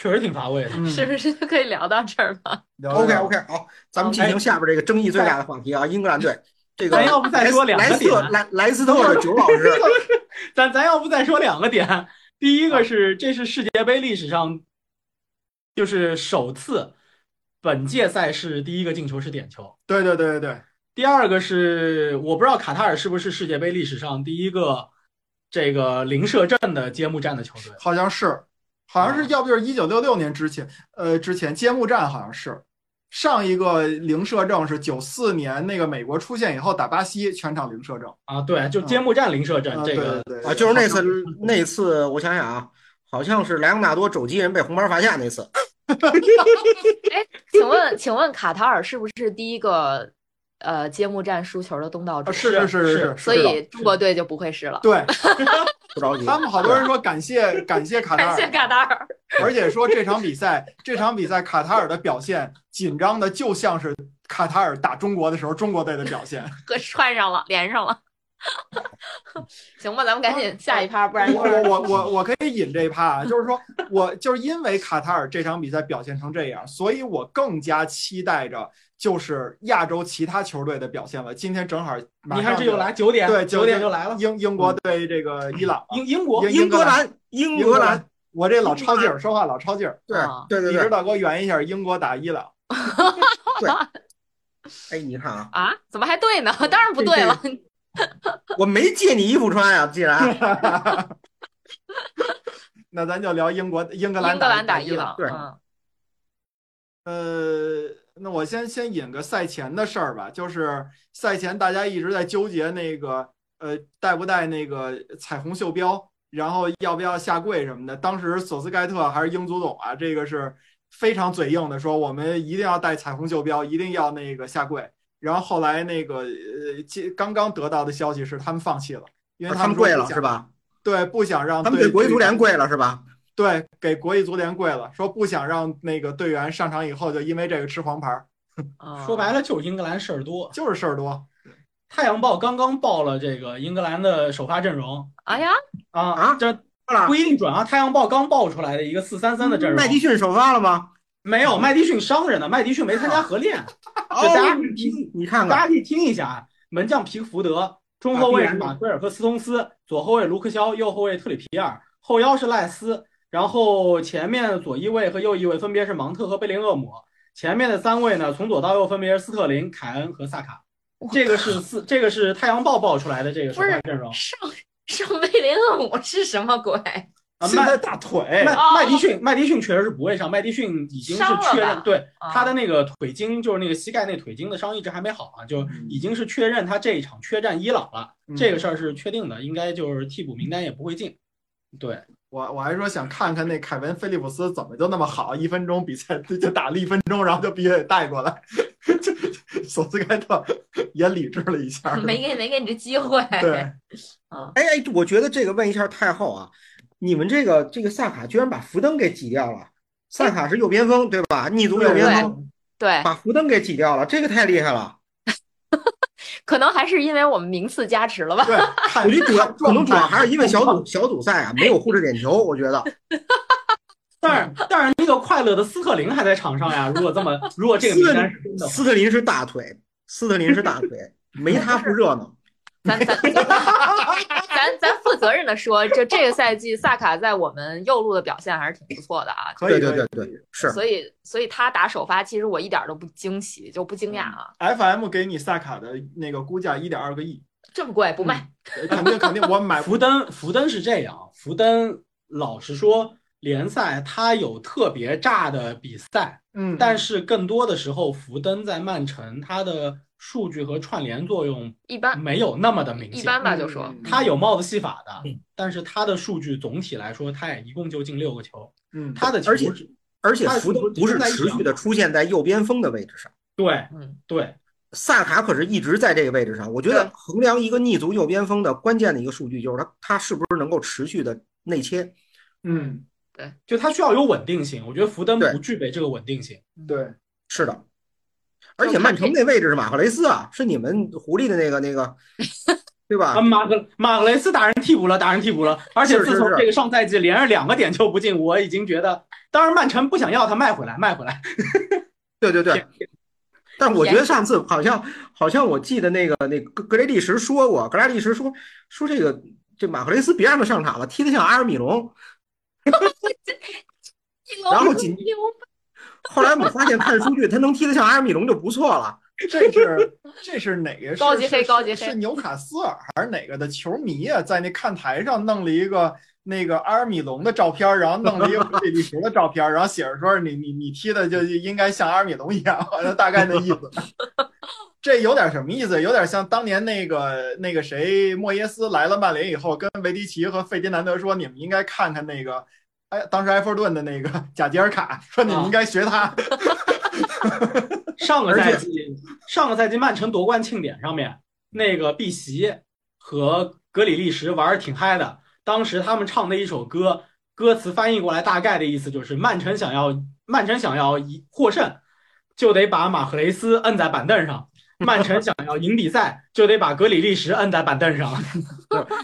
C: 确实挺乏味的。
B: 嗯
A: 是不是就可以聊到这儿吗？
B: 聊
D: OK
B: 聊
D: OK，好，咱们进行下边这个争议最大的话题啊，英格兰队这个
C: 咱要不再说两
D: 莱
C: 个
D: 斯特
C: 点，
D: 莱莱斯特的九老师，
C: 咱咱要不再说两个点，第一个是这是世界杯历史上就是首次本届赛事第一个进球是点球，
B: 对对对对对，
C: 第二个是我不知道卡塔尔是不是世界杯历史上第一个这个零射正的揭幕战的球队。
B: 好像是，好像是，要不就是一九六六年之前，呃，之前揭幕战好像是，上一个零射正是九四年那个美国出现以后打巴西全场零射正，
C: 啊，对，就揭幕战零射正
B: 嗯啊
C: 这
B: 对
C: 个，
B: 对对
D: 啊，就是那次那次，我想想啊，好像是莱昂纳多肘击人被红牌罚下那次，
A: 请问请问卡塔尔是不是第一个呃揭幕战输球的东道主？
B: 啊是是是是是，
A: 所以中国队就不会是了。
B: 对
D: 不着急。
B: 他们好多人说感谢 感谢卡塔
A: 感
B: 尔，
A: 谢卡塔尔，
B: 而且说这场比赛，这场比赛卡塔尔的表现紧张的就像是卡塔尔打中国的时候中国队的表现。
A: 和串上了，连上了。 行吧，咱们赶紧下一趴，不然一
B: 我
A: 会儿
B: 我我我我可以引这一趴啊，就是说我就是因为卡塔尔这场比赛表现成这样，所以我更加期待着就是亚洲其他球队的表现了。今天正好马
C: 你
B: 上
C: 看这就来九点，
B: 对
C: 九点就来了，
B: 英英国对这个伊朗，
C: 英英国
B: 英
D: 英
B: 格
D: 格
B: 兰
D: 兰，嗯英
B: 英格
D: 格
B: 兰
D: 兰，。
B: 我这老抄劲儿，说话老抄劲儿。
D: 对
A: 啊
D: 对对
B: 你知
D: 对，
B: 道给我圆一下，英国打伊朗。
D: 哎，你看啊，
A: 啊？怎么还对呢？ 当然不对了。
D: 我没借你衣服穿呀，既然
B: 那咱就聊英国英格兰
A: 英格兰打
B: 伊
A: 伊朗，
D: 对
A: 嗯，
B: 呃，那我先先引个赛前的事儿吧，就是赛前大家一直在纠结那个呃带不带那个彩虹袖标，然后要不要下跪什么的。当时索斯盖特还是英足总啊，这个是非常嘴硬的，说我们一定要带彩虹袖标，一定要那个下跪。然后后来那个呃，接刚刚得到的消息是他们放弃了，因为
D: 啊他们
B: 说
D: 跪
B: 不
D: 了
B: 想
D: 是？吧？
B: 对，不想让
D: 他们给
B: 对
D: 国际足
B: 对
D: 联跪了是吧？
B: 对，给国际足联跪了，说不想让那个队员上场以后就因为这个吃黄牌儿，
A: 嗯
C: 说白了就是英格兰事儿多。
B: 就是事儿多。
C: 太阳报刚刚报了这个英格兰的首发阵容
A: 哎呀，
C: 啊
D: 啊
C: 这
D: 是吧
C: 不一定准啊。太阳报刚报出来的一个四三三的阵容，
D: 麦迪逊首发了吗？
C: 没有麦迪逊伤着呢，麦迪逊没参加合练，
D: 哦
C: 这大家，
D: 你你看
C: 大
D: 看，
C: 家可以听一下啊。门将皮克福德，中后卫是马奎尔和斯通斯，左后卫卢克肖，右后卫特里皮尔，后腰是赖斯，然后前面的左翼卫和右翼卫分别是芒特和贝林厄姆，前面的三位呢，从左到右分别是斯特林、凯恩和萨卡。这个是四，这个是太阳报报出来的这个首
A: 不
C: 发
A: 是
C: 阵容
A: 上上贝林厄姆是什么鬼？
C: 啊。
B: 现在
C: 麦
B: 大腿
C: 麦
A: 哦
C: 麦迪逊，麦迪逊确实是不会上，麦迪逊已经是
A: 伤了
C: 确认
A: 吧
C: 对
A: 啊
C: 他的那个腿筋，就是那个膝盖那腿筋的伤一直还没好啊，就已经是确认他这一场缺战伊朗了，
B: 嗯
C: 这个事儿是确定的，应该就是替补名单也不会进。对，
B: 我我还说想看看那凯文菲利普斯怎么就那么好，一分钟比赛就就打了一分钟，然后就必须得带过来。 这这索斯盖特也理智了一下，
A: 啊没给没给你这机会。
B: 对，
A: 嗯，
D: 哎哎，我觉得这个问一下太后啊，你们这个这个萨卡居然把福登给挤掉了，萨卡是右边锋对吧？逆足右边
A: 对
D: 锋，
A: 对，
D: 把福登给挤掉了，这个太厉害了。
A: 可能还是因为我们名次加持了吧。
B: 对，看
D: 我觉得 主要
B: 看
D: 可能主要还是因为小
B: 状态
D: 组小组赛啊没有互射点球，我觉 得
C: 但是但是那个快乐的斯特林还在场上呀，如果这么如果这个名单是真的话，
D: 斯特林是大腿，斯特林是大腿，没他不热闹。
A: 咱咱咱咱负责任的说，就这个赛季萨卡在我们右路的表现还是挺不错的啊。
B: 可
D: 对
B: 以
D: 对
B: 可以
D: 对对，是
A: 所以所以他打首发，其实我一点都不惊奇，就不惊讶
C: 嗯
A: 啊，
B: ，FM 给你萨卡的那个估价一点二个亿，
A: 这么贵不卖。
C: 嗯
B: 肯定肯定我买
C: 福登福登是这样，福登老实说，联赛他有特别炸的比赛。
B: 嗯，
C: 但是更多的时候，福登在曼城，他的数据和串联作用
A: 一般
C: 没有那么的明
A: 一
C: 显。
A: 般吧，就说
B: 嗯
C: 他有帽子戏法的，
D: 嗯
C: 但是他的数据总体来说，他也一共就进六个球，
B: 嗯，
C: 他的球
D: 而且
C: 是
D: 而且
C: 他
D: 福登不是持续的出现在右边锋的位置上，
C: 对
A: 嗯，
C: 对，
D: 萨卡可是一直在这个位置上。我觉得
A: 对
D: 衡量一个逆足右边锋的关键的一个数据就是他他是不是能够持续的内切。
B: 嗯
C: 就它需要有稳定性。我觉得福登
D: 对
C: 不具备这个稳定性。
B: 对，
D: 是的，而且曼城那位置是马赫雷斯啊，是你们狐狸的那个那个，对
C: 啊，
D: 吧？
C: 马格马格雷斯打人替补了，打人替补了，而且
D: 是
C: 自
D: 是
C: 从
D: 是
C: 这个上赛季连着两个点球不进，我已经觉得，当然曼城不想要他卖回来，卖回来。
D: 对对对。但我觉得上次好像好像我记得那个那格格雷利什说过，格拉利什说说这个这马赫雷斯别让他上场了，踢得像阿尔米隆。 然后紧后来我们发现看数据，他能踢得像阿尔米隆就不错了。
B: 这是这是哪个？是
A: 高级黑
B: 是
A: 高级黑
B: 是纽卡斯尔还是哪个的球迷啊，在那看台上弄了一个那个阿尔米隆的照片，然后弄了一 个贝利什的照片，然后写着说你你你踢的就应该像阿尔米隆一样， 好像大概那意思。 这有点什么意思？有点像当年那个那个谁，莫耶斯来了曼联以后，跟维迪奇和费迪南德说，你们应该看看那个，哎，当时埃弗顿的那个贾吉尔卡，说你们应
A: 啊
B: 该学他。
C: 上个赛季上个赛季曼城夺冠庆典上面，那个碧玺和格里利什玩儿挺嗨的，当时他们唱的一首歌，歌词翻译过来大概的意思就是曼城想要曼城想要一获胜，就得把马赫雷斯摁在板凳上。曼城想要赢比赛，就得把格里利什摁在板凳上。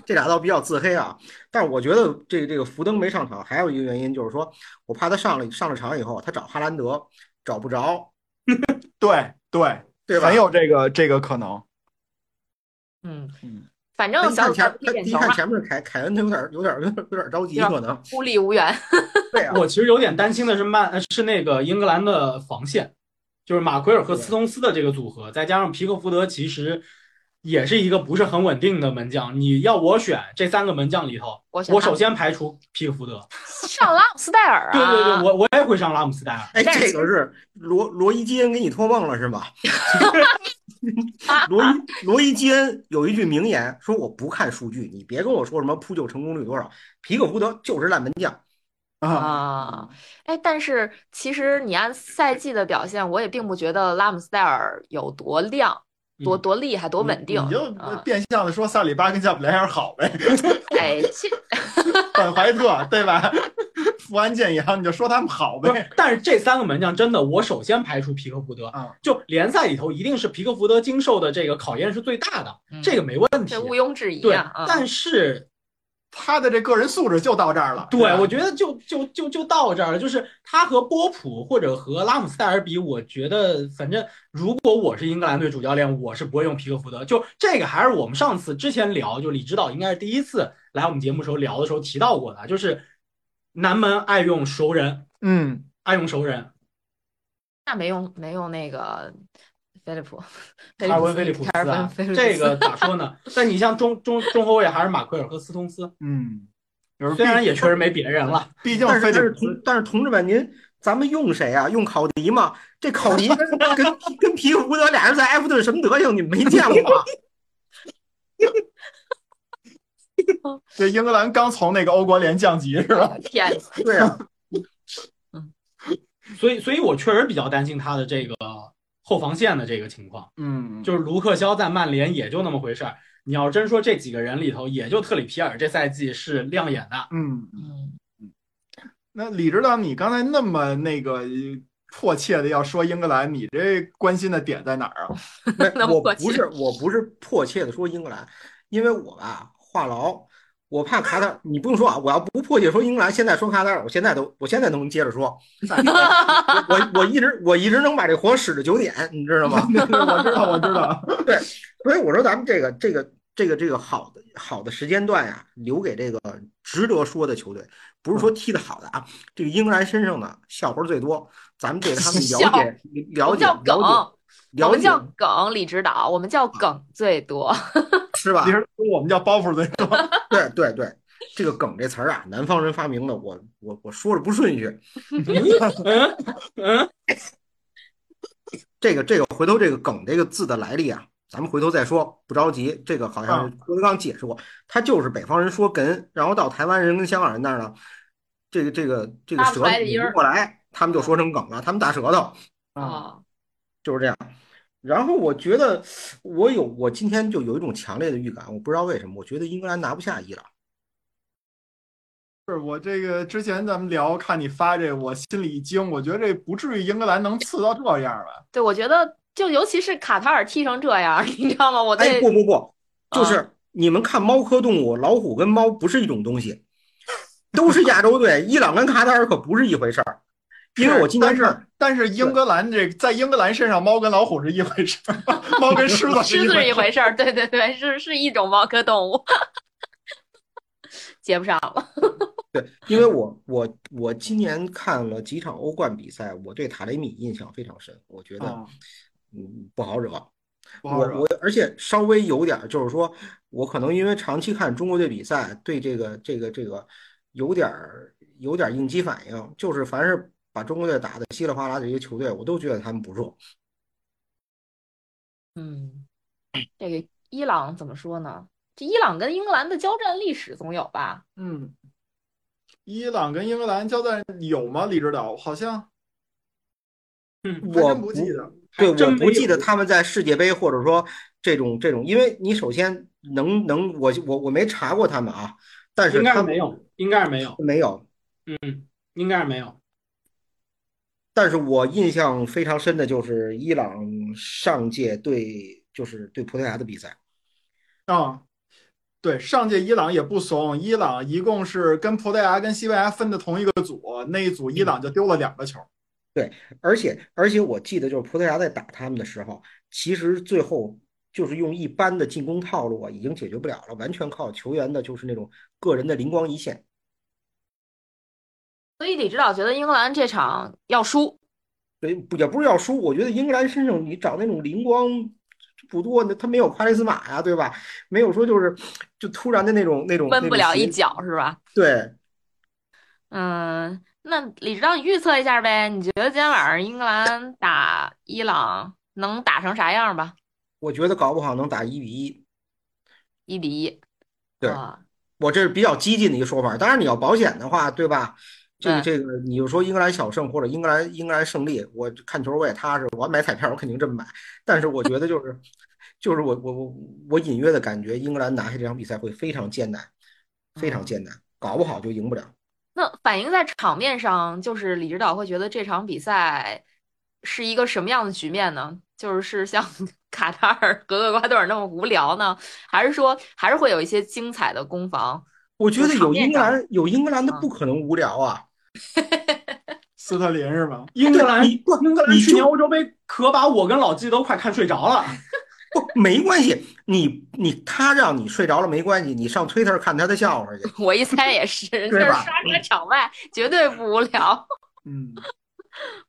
D: 这俩倒比较自黑啊。但是我觉得这这个福登没上场，还有一个原因就是说，我怕他上了上了场以后，他找哈兰德找不着，
B: 对对，
D: 对吧？
B: 很有这个这个可能。
A: 嗯
B: 嗯，
A: 反
D: 他
A: 正
D: 一
A: 小
D: 看
A: 组赛
D: 前
A: 不踢
D: 他
A: 点
D: 一
A: 球
D: 看
A: 嘛，
D: 前面凯凯恩，他有点有点有点有点着急，
A: 有点
D: 可 能
A: 孤立无 援。
D: 对啊。
C: 我其实有点担心的是曼呃是那个英格兰的防线，就是马奎尔和斯通斯的这个组合，再加上皮克福德，其实也是一个不是很稳定的门将。你要我选这三个门将里头，
A: 我选
C: 我
A: 他
C: 首先排除皮克福德。
A: 上拉姆斯戴尔啊，
C: 对对对，我我也会上拉姆斯戴尔。
D: 哎，
A: 但是
D: 这个是罗罗伊基恩给你托梦了 是吗？罗伊罗伊基恩有一句名言说：“我不看数据，你别跟我说什么扑救成功率多少，皮克福德就是烂门将。
A: 啊，哎，但是其实你按赛季的表现，我也并不觉得拉姆斯戴尔有多亮、多
C: 嗯
A: 多厉害、多稳定
B: 你就
A: 啊。
B: 变相的说萨里巴跟加布莱尔好呗，
A: 哎， 这
B: 本怀特对吧？ 富安健洋，你就说他们好
C: 不
B: 呗。
C: 是，但是这三个门将真的，我首先排除皮克福德
B: 嗯。
C: 就联赛里头，一定是皮克福德经受的这个考验是最大的，这个没问题
A: 嗯这。毋庸置疑
C: 对
A: 啊。，
C: 但是
B: 他的这个人素质就到这儿了。
C: 对，我觉得就就就就到这儿了。就是他和波普或者和拉姆斯戴尔比，我觉得反正如果我是英格兰队主教练，我是不会用皮克福德。就这个还是我们上次之前聊，就李指导应该是第一次来我们节目时候聊的时候提到过的，就是南门爱用熟人，
B: 嗯，
C: 爱用熟人，
A: 那没用，没用那个菲利普，菲利
C: 卡尔文
A: 斯
C: 菲利普斯
A: 卡尔文
C: 啊
A: 菲利，普
C: 这
A: 斯
C: 个咋说呢？但你像中中中后卫还是马奎尔和斯通斯，
B: 嗯，就是
C: 虽然也确实没别人了，
B: 毕竟
D: 但是
B: 菲
D: 但
B: 利
D: 是
B: 普斯
D: 同但是同志们，您咱们用谁啊？用考迪吗？这考迪跟跟跟皮克福德俩人在埃弗顿什么德行？你们没见过啊吗？
B: 这英格兰刚从那个欧国联降级是吧？
A: 天呐，
D: 对啊，
C: 所以所以我确实比较担心他的这个后防线的这个情况。
B: 嗯，
C: 就是卢克肖在曼联也就那么回事儿。你要真说这几个人里头，也就特里皮尔这赛季是亮眼的。
B: 嗯。
A: 嗯，
B: 那李指导，你刚才那么那个迫切的要说英格兰，你这关心的点在哪儿啊？
D: 没，
A: 那
D: 我
A: 迫
D: 不
A: 切
D: 是，我不是迫切的说英格兰，因为我吧话痨，我怕卡塔尔。你不用说啊，我要不迫切说英格兰，现在说卡塔尔，我现在都，我现在都能接着说。我我一直我一直能把这活使到九点，你知道吗？
B: 我知道，我知道。
D: 所以我说咱们这个这个这个这个好的好的时间段呀、留给这个值得说的球队，
A: 嗯
D: 不是说踢得好的啊。这个英格兰身上呢，笑话最多，咱们对他 们了解
A: 我
D: 了
A: 们
D: 解
A: 叫
D: 了
A: 梗，
D: 解
A: 我
D: 了
A: 们叫
D: 解
A: 梗，李指导，我们叫梗最多。
D: 是吧
B: 其？实我们叫包袱的，
D: 对对对，这个“梗”这词儿啊，南方人发明的，我我我说着不顺序。
C: 嗯嗯，
D: 这个这个，回头这个“梗”这个字的来历啊，咱们回头再说，不着急。这个好像是郭德纲解释过，他就是北方人说“哏”，然后到台湾人跟香港人那儿呢，这个这个这个
A: 拉不
D: 舌
A: 出
D: 头
A: 来的
D: 拧
A: 音儿
D: 不过来，他们就说成“梗”了，他们大舌头。
A: 啊，
D: 就是这样。然后我觉得，我有我今天就有一种强烈的预感，我不知道为什么，我觉得英格兰拿不下伊朗。
B: 是我这个之前咱们聊，看你发这，我心里一惊，我觉得这不至于英格兰能次到这样吧？
A: 对，我觉得就尤其是卡塔尔踢成这样，你知道吗？我对
D: 哎，不不不，就是
A: 啊
D: 你们看猫科动物，老虎跟猫不是一种东西，都是亚洲队，伊朗跟卡塔尔可不是一回事儿。因为我今年
B: 但是但是英格兰这在英格兰身上，猫跟老虎是一回事儿，猫跟狮子是
A: 狮
B: 一
A: 子是
B: 回
A: 一
B: 事儿。
A: 回事儿，对对对，是是一种猫科动物，接不上了。
D: 对，因为我我我今年看了几场欧冠比赛，我对塔雷米印象非常深，我觉得
B: 啊
D: 嗯不好惹。
B: 不好惹
D: 我我而且稍微有点儿，就是说我可能因为长期看中国队比赛，对这个这个这个有点儿有点儿应激反应，就是凡是把中国队打得稀里哗啦的一些球队，我都觉得他们不弱。
A: 嗯，这个伊朗怎么说呢？这伊朗跟英格兰的交战历史总有吧？
B: 嗯，伊朗跟英格兰交战有吗？李指导好像
C: 嗯，
B: 还
D: 我
B: 真不记得。
D: 对，
C: 还真
D: 我
C: 没
D: 不记
C: 有
D: 得他们在世界杯或者说这种这种，因为你首先能能我我我没查过他们啊，但是
C: 应该
D: 他
C: 是
D: 们
C: 没有，应该是没有，
D: 没有。
C: 应该是
D: 哎
C: 没有。
D: 但是我印象非常深的就是伊朗上届对就是对葡萄牙的比赛，
B: 啊，对，上届伊朗也不怂，伊朗一共是跟葡萄牙、跟西班牙分的同一个组，那一组伊朗就丢了两个球。
D: 而且而且我记得就是葡萄牙在打他们的时候，其实最后就是用一般的进攻套路啊，已经解决不了了，完全靠球员的就是那种个人的灵光一现。
A: 所以李指导觉得英格兰这场要输，
D: 对，不也不是要输，我觉得英格兰身上你找那种灵光不多，那他没有夸雷斯马呀、对吧？没有说就是就突然的那种那种
A: 闷
D: 那
A: 不
D: 种
A: 了一
D: 邪
A: 脚是吧？
D: 对，
A: 嗯，那李指导你预测一下呗？你觉得今天晚上英格兰打伊朗能打成啥样吧？
D: 我觉得搞不好能打一比一。
A: 一比一。
D: 对
A: 啊，
D: 我这是比较激进的一个说法。当然，你要保险的话，对吧？这个
A: 嗯
D: 这个，你就说英格兰小胜或者英格兰英格兰胜利，我看球我也踏实，我要买彩票我肯定这么买。但是我觉 得就是就是我我我我隐约的感觉，英格兰拿下这场比赛会非常艰难，非
A: 嗯
D: 常艰难，搞不好就赢不了。
A: 那反映在场面上，就是李指导会觉得这场比赛是一个什么样的局面呢？就是是像卡塔尔和厄瓜多尔那么无聊呢，还是说还是会有一些精彩的攻防？
D: 我觉得有英格
A: 场面
D: 兰有英格兰的
A: 嗯
D: 不可能无聊啊。
B: 斯特林是吗？
C: 英格兰，
D: 你不
C: 英格兰
D: 你
C: 去年
D: 就
C: 欧洲杯可把我跟老季都快看睡着了。
D: 不，没关系，你你他让你睡着了没关系，你上 Twitter 看他的笑话去。
A: 我一猜也是，就是
D: 对吧
A: 刷刷场外绝对不无聊，
B: 嗯，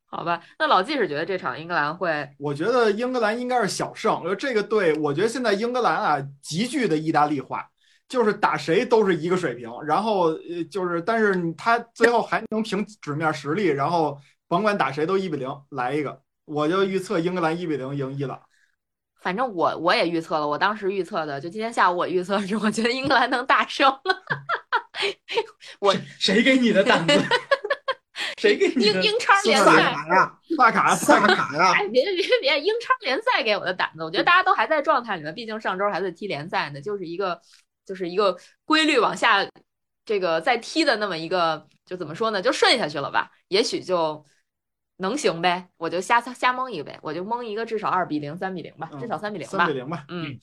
A: 好吧？那老季是觉得这场英格兰会，
B: 我觉得英格兰应该是小胜。呃这个队，我觉得现在英格兰啊，极具的意大利化，就是打谁都是一个水平。然后呃，就是但是你他最后还能凭纸面实力，然后甭管打谁都一比零来一个。我就预测英格兰一比零赢伊朗。
A: 反正我我也预测了，我当时预测的，就今天下午我预测是，我觉得英格兰能大 胜。我
C: 谁给你的胆 子？谁给你
A: 英
C: 的？
A: 英超
D: 萨
A: 联赛。
D: 卡呀，
B: 萨卡，
D: 萨卡呀，
A: 哎，别别别！英超联赛给我的胆子，我觉得大家都还在状态里面，毕竟上周还在踢联赛呢，就是一个就是一个规律往下这个再踢的那么一个，就怎么说呢，就顺下去了吧，也许就能行呗，我就瞎瞎蒙一个呗，我就蒙一个至少二比零、三比零吧，至少三比零
B: 嗯三
A: 吧
B: 比，零吧。
A: 嗯。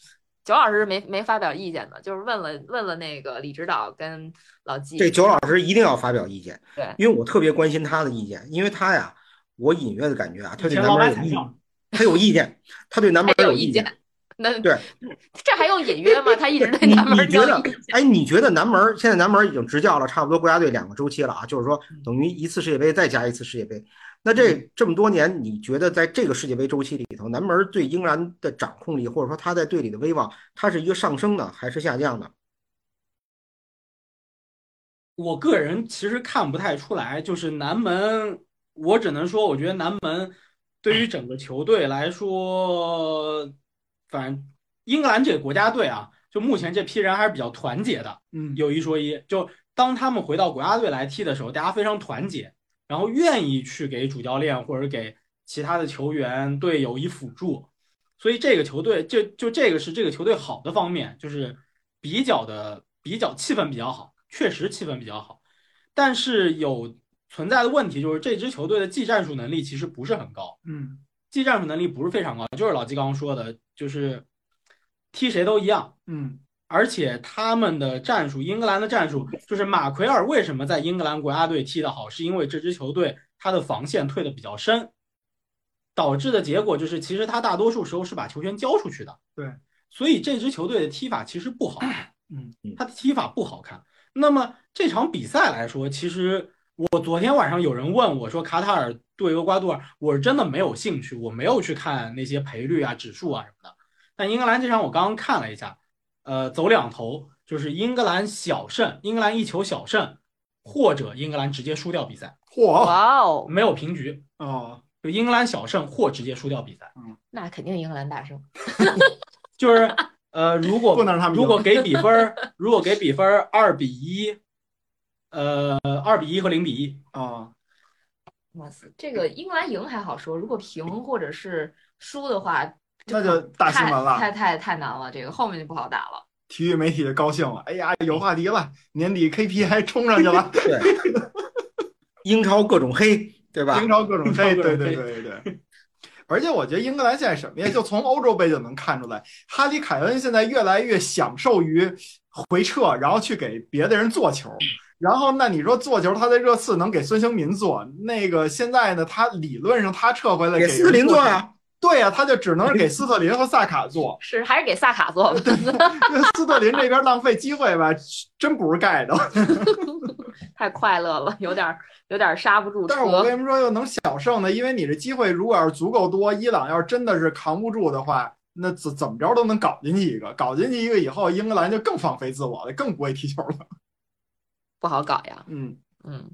A: 九老师没没发表意见的，就是问了问了那个李指导跟老季，
D: 这九老师一定要发表意见，
A: 对
D: 因为我特别关心他的意见，因为他呀，我隐约的感觉啊，他
C: 以
D: 对
C: 前
D: 南
C: 老
D: 门
C: 买
D: 有
C: 彩
D: 意
C: 票，
D: 他有意见，他对南门
A: 他有
D: 有
A: 意
D: 见。
A: 见 那
D: 对，
A: 这还用隐约吗？他一直对
D: 你
A: 南门
D: 你觉
A: 掉
D: 得
A: 意见，
D: 哎，你觉得南门现在南门已经执教了差不多国家队两个周期了啊，就是说
B: 嗯
D: 等于一次世界杯再加一次世界杯。那这这么多年，你觉得在这个世界杯周期里头，南门对英格兰的掌控力，或者说他在队里的威望，他是一个上升呢，还是下降呢？
C: 我个人其实看不太出来，就是南门，我只能说，我觉得南门对于整个球队来说，反正英格兰这个国家队啊，就目前这批人还是比较团结的。
B: 嗯，
C: 有一说一，就当他们回到国家队来踢的时候，大家非常团结，然后愿意去给主教练或者给其他的球员、队友以辅助，所以这个球队就就这个是这个球队好的方面，就是比较的比较气氛比较好，确实气氛比较好。但是有存在的问题就是这支球队的技战术能力其实不是很高，
B: 嗯，
C: 技战术能力不是非常高，就是老季刚刚说的，就是踢谁都一样。
B: 嗯
C: 而且他们的战术，英格兰的战术就是马奎尔为什么在英格兰国家队踢得好，是因为这支球队他的防线退得比较深，导致的结果就是其实他大多数时候是把球权交出去的。
B: 对，
C: 所以这支球队的踢法其实不好，
B: 嗯，
C: 他的踢法不好看。那么这场比赛来说，其实我昨天晚上有人问我说卡塔尔对厄瓜多尔，我是真的没有兴趣，我没有去看那些赔率啊、指数啊什么的。但英格兰这场我刚刚看了一下，呃，走两头，就是英格兰小胜，英格兰一球小胜，或者英格兰直接输掉比赛，
B: 嚯
A: 哇哦，
C: 没有平局，
B: 哦，
C: 就英格兰小胜或直接输掉比赛。
A: 那肯定英格兰大胜。
C: 就是呃，如果
B: 不能让他们赢
C: 如果给比分儿，如果给比分儿二比一，呃，二比一和零比一，
B: 哦，
A: 哇塞，这个英格兰赢还好说，如果平或者是输的话，
B: 那就大新闻了
A: 太太太太难了，这个后面就不好打了。
B: 体育媒体就高兴了，哎呀，有话题了，年底 KPI 冲上去了，
D: 对，英超各种黑，对吧
B: 英？超各 种飞，
C: 英超各
B: 对
C: 种
B: 对
C: 飞
B: 对对对。 而且我觉得英格兰现在什么呀，就从欧洲杯就能看出来，哈里凯恩现在越来越享受于回撤，然后去给别的人做球。然后，那你说做球，他在热刺能给孙兴民做，那个现在呢，他理论上他撤回来
D: 给
B: 人
D: 斯特林做啊
B: 球，
D: 呀，
B: 对呀、他就只能是给斯特林和萨卡做。
A: 是还是给萨卡做吧，
B: 斯特林这边浪费机会吧，真不是盖的。
A: 太快乐了，有点儿有点儿刹不住车。
B: 但是我为什么说又能小胜呢？因为你这机会如果要是足够多，伊朗要是真的是扛不住的话，那怎怎么着都能搞进去一个，搞进去一个以后，英格兰就更放飞自我了，更不会踢球了。
A: 不好搞呀，
B: 嗯，
A: 嗯。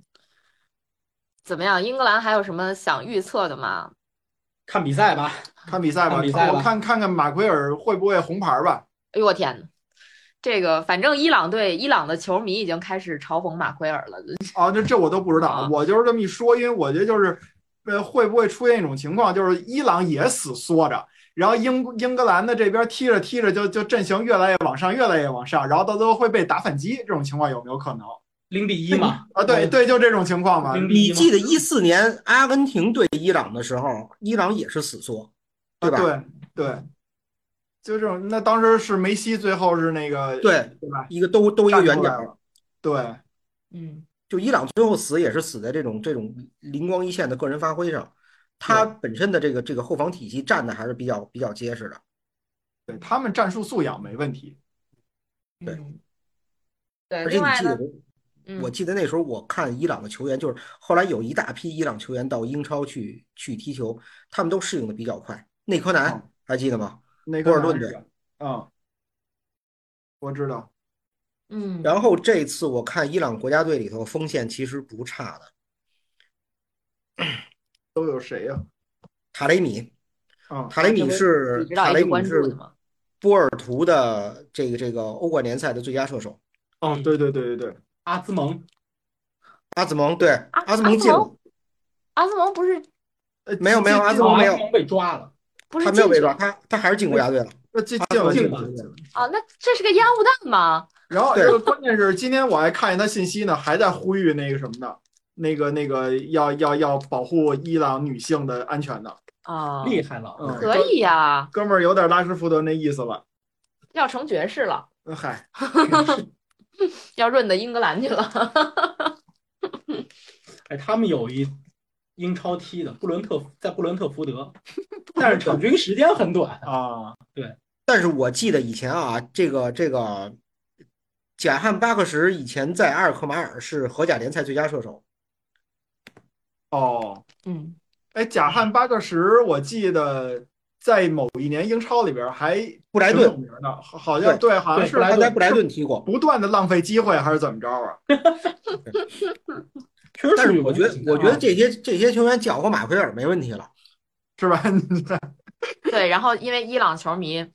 A: 怎么样？英格兰还有什么想预测的吗？
C: 看比赛吧。
B: 看比赛吧，
C: 看比赛吧
B: 我看看看马奎尔会不会红牌吧。
A: 哎呦我天呐，这个反正伊朗队伊朗的球迷已经开始嘲讽马奎尔了。
B: 啊，这这我都不知道
A: 啊，
B: 我就是这么一说，因为我觉得就是，呃，会不会出现一种情况，就是伊朗也死缩着，然后英英格兰的这边踢着踢着就就阵型越来越往上，越来越往上，然后到最后会被打反击，这种情况有没有可能？
C: 零比一嘛，
B: 啊，对对，就这种情况嘛。
C: 零比
D: 你
C: 一嘛，
D: 记得一四年阿根廷对伊朗的时候，伊朗也是死缩，对吧？
B: 啊对对，就这种。那当时是梅西，最后是那个
D: 对
B: 对吧？
D: 一个兜兜一个圆
B: 站出来
D: 角，
B: 对，
A: 嗯，
D: 就伊朗最后死也是死在这种这种灵光一现的个人发挥上，他本身的这个这个后防体系站的还是比较比较结实的。
B: 对他们战术素养没问题。
D: 对
A: 嗯对，
D: 而且
A: 另
D: 你
A: 外
D: 记
A: 呢
D: 得，，
A: 嗯
D: 我记得那时候我看伊朗的球员，就是后来有一大批伊朗球员到英超去去踢球，他们都适应的比较快。内科
B: 哦
D: 南还记得吗？
B: 那
D: 博
B: 个
D: 尔顿
B: 队，嗯，我知道，
A: 嗯，
D: 然后这次我看伊朗国家队里头锋线其实不差的，
B: 都有谁呀？
D: 塔雷米，
B: 啊，
D: 塔雷米是
A: 你知道
D: 塔
A: 一
D: 雷
A: 直
D: 米
A: 关注
D: 是
A: 的吗？
D: 波尔图的这个这个欧冠联赛的最佳射手，
B: 哦，对对对对对，
C: 嗯阿兹蒙
D: 阿兹蒙对
A: 阿
D: 阿兹蒙
A: 啊阿兹
D: 进了
A: 蒙阿斯蒙不是
B: 呃
D: 没有没有
B: 进
D: 阿
B: 进
D: 兹蒙没有
C: 阿兹蒙被抓了，
A: 不是嗯
D: 他没有
A: 禁
D: 被
A: 止
D: 抓，他他还是进国家队了。
B: 呃进
D: 阿兹
B: 进了
D: 蒙
B: 进了
D: 进了
B: 进了。
A: 啊？那这是个烟雾弹吗？
B: 然后
D: 对
B: 这个关键是今天我还看见他信息呢，还在呼吁那个什么呢？那个那个要要要保护伊朗女性的安全呢。
A: 啊，
C: 厉害了。
B: 嗯，
A: 可以呀、
B: 哥们儿有点拉什福德那意思了。
A: 要成爵士了，
B: 嗯嗨，
A: 要润到英格兰去了。
C: 哎，他们有一英超踢的布伦特，在布伦特福 德，但是场均时间很短。
B: 啊，
D: 但是我记得以前啊，这个这个贾汉巴克什以前在阿尔克马尔是荷甲联赛最佳射手，
B: 哦，
A: 嗯，
B: 哎，贾汉巴克什，我记得在某一年英超里边还
D: 布莱
B: 挺有
D: 顿
B: 名的，好好像对，好像
C: 对
B: 是
C: 布莱
D: 他
C: 顿
D: 在布莱顿踢过。
B: 不断的浪费机会还是怎么着啊？
C: 确实
D: 但
C: 属于
D: 是
C: 文
D: 我
C: 化
D: 觉得
C: 形，态
D: 我觉得
C: 啊
D: 这些这些球员搅和马奎尔没问题了。
B: 是吧？
A: 对。然后因为伊朗球迷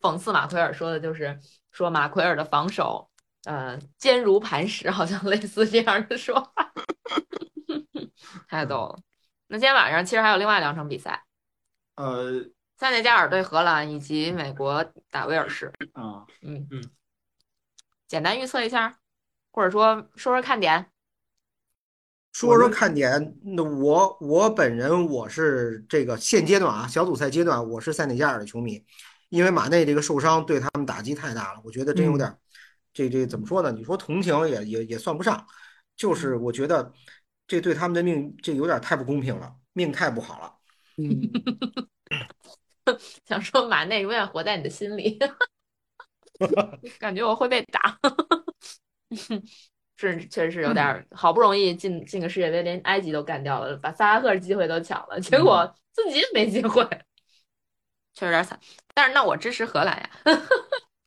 A: 讽刺马奎尔说的就是说马奎尔的防守，呃，坚如磐石，好像类似这样的说法，太逗了。那今天晚上其实还有另外两场比赛，
B: 呃
A: 塞内加尔对荷兰以及美国打威尔士。
B: 啊，
A: 嗯
C: 嗯，
A: 简单预测一下，或者说说说看点。
D: 说说看点，那我我本人我是这个现阶段啊，小组赛阶段我是塞内加尔的球迷，因为马内这个受伤对他们打击太大了，我觉得真
C: 嗯
D: 有点儿，这这怎么说呢？你说同情也也也算不上，就是我觉得这对他们的命这有点太不公平了，命太不好了。
B: 嗯，
A: 想说马内永远活在你的心 里，感觉我会被打。是，确实是有点儿，好不容易进进个世界杯，连埃及都干掉了，把萨拉赫的机会都抢了，结果自己没机会，嗯确实有点惨。但是那我支持荷兰呀，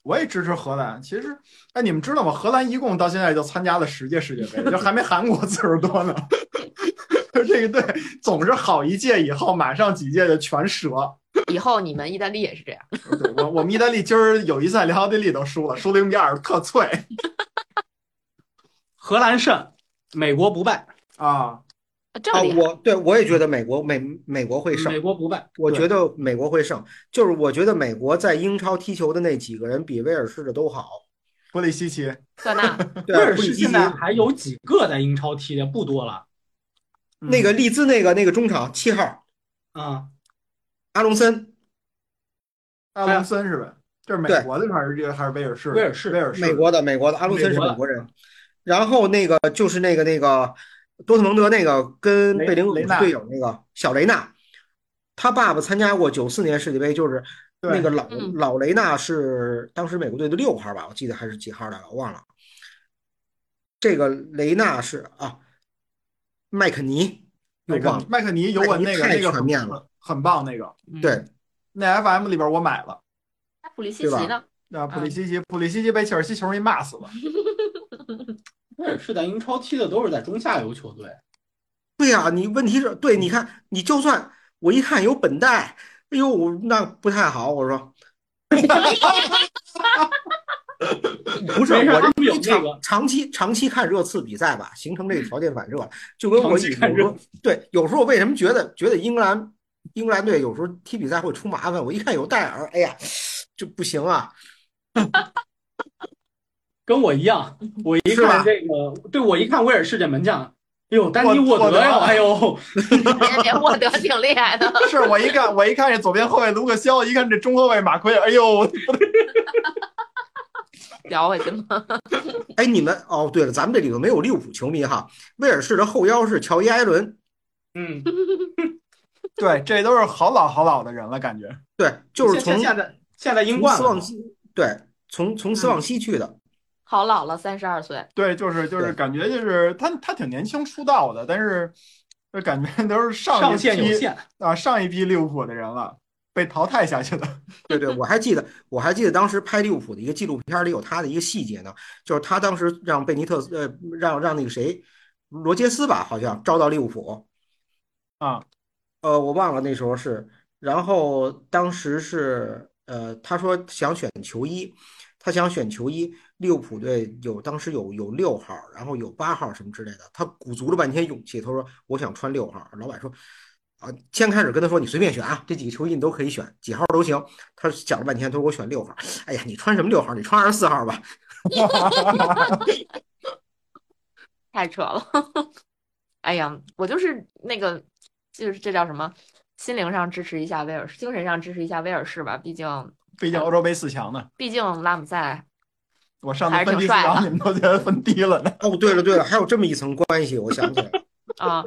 B: 我也支持荷兰。其实，哎，你们知道吗？荷兰一共到现在就参加了十届世界杯，就还没韩国次数多呢。 就这个队总是好一届以后，马上几届就全折。
A: 以后你们意大利也是这样。
B: 对我我们意大利今儿有一赛连奥地利都输了，输零比二，特脆
C: 荷兰胜，美国不败，
B: 啊！
A: 这么
D: 啊，
A: 厉害，
D: 我对我也觉得美国美美国会胜
C: 美，国不败，
D: 我觉得美国会胜，就是我觉得美国在英超踢球的那几个人比威尔士的都好。
B: 波利西奇，
A: 特 纳
D: 对，啊
C: 威尔
D: 布里
C: 士
D: 基
C: 现在
D: 奇
C: 还有几个在英超踢的不多了
B: 嗯
D: 那个利兹那个那个中场七号
C: 啊、
D: 阿隆森，
B: 阿隆森是吧？这是美国的还是这个还是威尔士的？
C: 威尔士
B: 威尔士，
D: 美国的美国的阿隆森
C: 美
D: 是美
C: 国
D: 国人，然后那个就是那个那个多特蒙德那个跟贝林厄姆
B: 雷雷
D: 是
B: 纳
D: 队友那个小雷纳，他爸爸参加过九四年世界杯，就是
B: 对
D: 那个老
A: 嗯
D: 老雷纳是当时美国队的六号吧，我记得还是几号来了，我忘了。这个雷纳是啊，麦肯尼又
B: 麦
D: 忘
B: 肯
D: 了，
B: 麦肯尼尤文那个
D: 麦
B: 那
D: 肯尼太
B: 个
D: 全
B: 很
D: 面了，
B: 很棒那个。
A: 嗯
D: 对，
B: 那 FM 里边我买了，
A: 普利西奇
D: 对
A: 呢？
B: 啊，普利西奇，普利西奇被切尔西球迷骂死了。
C: 威尔士在英超踢的都是在中下游球队，
D: 对呀、你问题是对，你看你就算我一看有本代，哎呦，我那不太好，我说。不是
C: 没事
D: 我
C: 他们有
D: 这
C: 那
D: 长
C: 个嗯
D: 长期长期看热刺比赛吧，形成这个条件反射了，就跟
C: 长
D: 我
C: 期
D: 有时
C: 看热
D: 候对有时候为什么觉得觉得英格兰英格兰队有时候踢比赛会出麻烦，我一看有戴尔，哎呀，这不行啊，
C: 跟我一样，我一
D: 是吧
C: 看这个，对我一看威尔士这门将，哎呦，丹尼
B: 沃
C: 沃
B: 德
C: 德呀，
B: 啊
C: 哎呦，
A: 别别，沃德挺厉害的，
B: 是我一看，我一看这左边后卫卢克肖，一看这中后卫马奎尔，哎呦，
A: 聊回去吗？
D: 哎，你们哦，对了，咱们这里头没有利物浦球迷哈，威尔士的后腰是乔伊埃伦，
C: 嗯，
B: 对，这都是好老好老的人了，感觉。
D: 对，就是
C: 现
D: 从
C: 现在现在英
D: 从
C: 冠嗯
D: 斯
C: 了
D: 旺西，对，从从斯旺西去的，
A: 好老了，三十二岁，
B: 对，就是就是
D: 对
B: 感觉就是他他挺年轻出道的，但是就感觉都是上
C: 上
B: 一
C: 限有
B: 批
C: 限，
B: 啊上一批利物浦的人了，被淘汰下去的。
D: 对对，我还记得，我还记得当时拍利物浦的一个纪录片里有他的一个细节呢，就是他当时让贝尼特斯，呃，让让那个谁，罗杰斯吧，好像招到利物浦，
B: 啊，
D: 呃，我忘了那时候是，然后当时是，呃，他说想选球衣，他想选球衣，利物浦队有当时有有六号，然后有八号什么之类的，他鼓足了半天勇气，他说我想穿六号，老板说。啊，先开始跟他说你随便选啊，这几个球衣你都可以选，几号都行。他想了半天，他说我选六号。哎呀，你穿什么六号？你穿二十四号吧。
A: 太扯了。哎呀，我就是那个，就是这叫什么？心灵上支持一下威尔士，精神上支持一下威尔士吧。毕竟，
B: 毕竟欧洲杯四强呢，
A: 毕竟拉姆塞
B: 我上
A: 还
B: 次
A: 是挺
B: 分第四
A: 帅
B: 强，
A: 的
B: 你们都觉得分低了呢。
D: 哦，对了对了，还有这么一层关系，我想起来了，
A: 啊、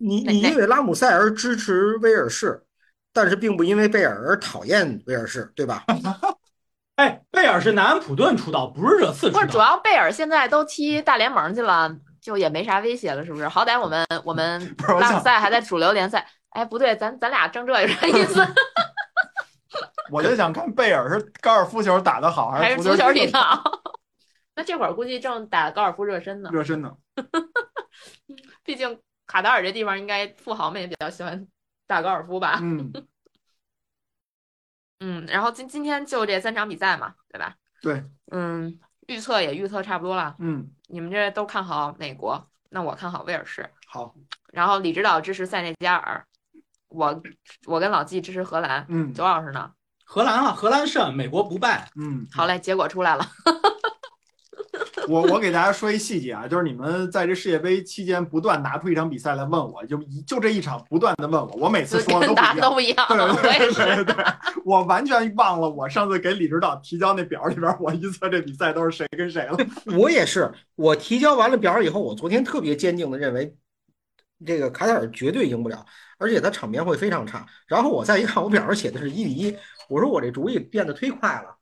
D: 你
A: 哪
D: 你因为拉姆塞尔支持威尔士，但是并不因为贝尔而讨厌威尔士，对 吧？
C: 哎，贝尔是南安普顿出道，不是热刺
A: 不
C: 出
A: 是，主
C: 道，
A: 要贝尔现在都踢大联盟去了，就也没啥威胁了，是不是？好歹我们我们
B: 不是我
A: 拉姆
B: 想，
A: 塞还在主流联赛。哎，不对，咱咱俩争这有啥意思？
B: 我就想看贝尔是高尔夫球打得好，
A: 还
B: 是
A: 是
B: 足
A: 足球踢
B: 踢得
A: 得好？那这会儿估计正打高尔夫热身呢。
B: 热身呢？
A: 毕竟卡塔尔这地方应该富豪们也比较喜欢打高尔夫吧。
B: 嗯，
A: 嗯，然后今今天就这三场比赛嘛，对吧？
B: 对，
A: 嗯，预测也预测差不多了。
B: 嗯，
A: 你们这都看好美国，那我看好威尔士。
B: 好，
A: 然后李指导支持塞内加尔，我我跟老纪支持荷兰。
B: 嗯
A: 九老师呢？
C: 荷兰啊，荷兰胜，美国不败，
B: 嗯，
A: 好嘞，结果出来了。
B: 我我给大家说一细节啊，就是你们在这世界杯期间不断拿出一场比赛来问我，就一就这一场不断的问我，我每次说的
A: 跟
B: 都不
A: 大
B: 一
A: 家
B: 样
A: 都。不一样，我也
B: 对对
A: 是。
B: 对对，我完全忘了我上次给李指导提交那表里边，我预测这比赛都是谁跟谁了。
D: 我也是，我提交完了表以后，我昨天特别坚定的认为，这个卡塔尔绝对赢不了，而且他场面会非常差。然后我再一看，我表上写的是一比一，我说我这主意变得忒快了。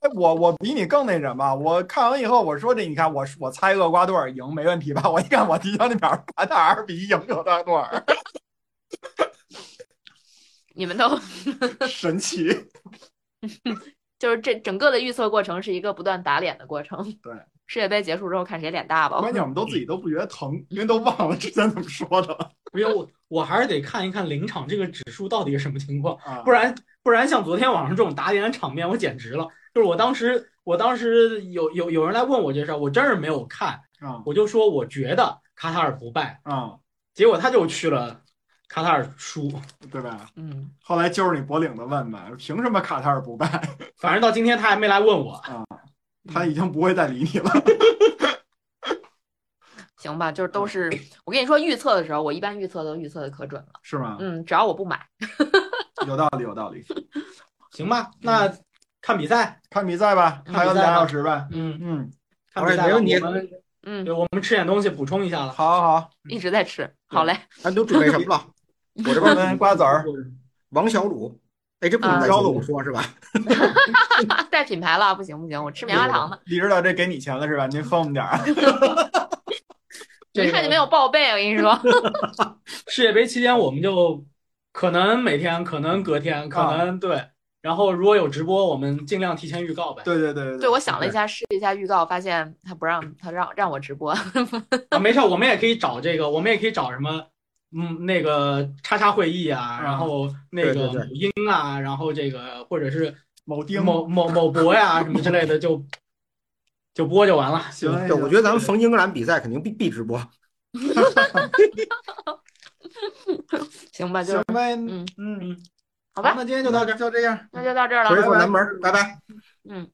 B: 哎，我我比你更那什么，我看完以后我说这，你看我我猜厄瓜多尔赢没问题吧？我一看我提交那表，卡塔尔比赢厄瓜多尔，
A: 你们都
B: 神奇。
A: 就是这整个的预测过程是一个不断打脸的过程。
B: 对，
A: 世界杯结束之后看谁脸大吧。
B: 关键我们都自己都不觉得疼，因为都忘了之前怎么说的了
C: 因为我哎我还是得看一看临场这个指数到底是什么情况，
B: 啊
C: 不。然不然像昨天晚上这种打脸场面，我简直了。就是我当时我当时有有有人来问我这事儿，我真是没有看，
B: 啊
C: 我就说我觉得卡塔尔不败，
B: 啊，
C: 结果他就去了卡塔尔输，
B: 对吧？
A: 嗯，
B: 后来揪着你脖领子问吧，凭什么卡塔尔不败？
C: 反正到今天他还没来问我。
B: 他已经不会再理你了。
A: 行吧，就是都是我跟你说，预测的时候我一般预测都预测的可准了。
B: 是吗？
A: 嗯，只要我不买，
B: 有道理，有道理。
C: 行吧，那
A: 嗯
C: 看比赛，
B: 看比赛吧，
C: 看比
B: 还
C: 赛吧
B: 有俩小时呗。
C: 嗯，
B: 嗯，
C: 看比赛吧。
D: 没问题
C: 我们
A: 嗯
C: 对，我们吃点东西补充一下了。
B: 好好好，
A: 一直在吃。好嘞，
D: 咱都准备什么了？我这
B: 我
D: 边
B: 们瓜子儿，
D: 王小卤，哎，这不能在
B: 啊
A: 呃
D: 节目说是吧？
A: 带品牌了，不行不行，我吃棉花糖呢，
B: 李指导这给你钱了是吧？您分我们点儿啊。
C: 这个
A: 一看就没有报备。我跟你说，
C: 世界杯期间，我们就可能每天，可能隔天，可
B: 啊
C: 能对。然后如果有直播，我们尽量提前预告呗。
B: 对对对
A: 对我想了一下，试一下预告，发现他不让他让让我直播。
C: 啊，没事，我们也可以找这个，我们也可以找什么，嗯，那个叉叉会议啊，
B: 嗯
C: 然后那
D: 对
C: 个
D: 对
C: 某音啊，然后这个或者是
B: 某丁
C: 某某某博呀什么之类的，就就播就完了。
B: 行，
D: 对，我觉得咱们逢英格兰比赛肯定必必直播。
A: 行吧，就
B: 行
A: 是
B: 呗。
A: 嗯，
B: 嗯，
A: 好吧
B: 那今天就到这儿，就这样。
A: 那就到这儿了
D: 回。头
B: 拜拜
D: 南门，拜拜。
A: 嗯，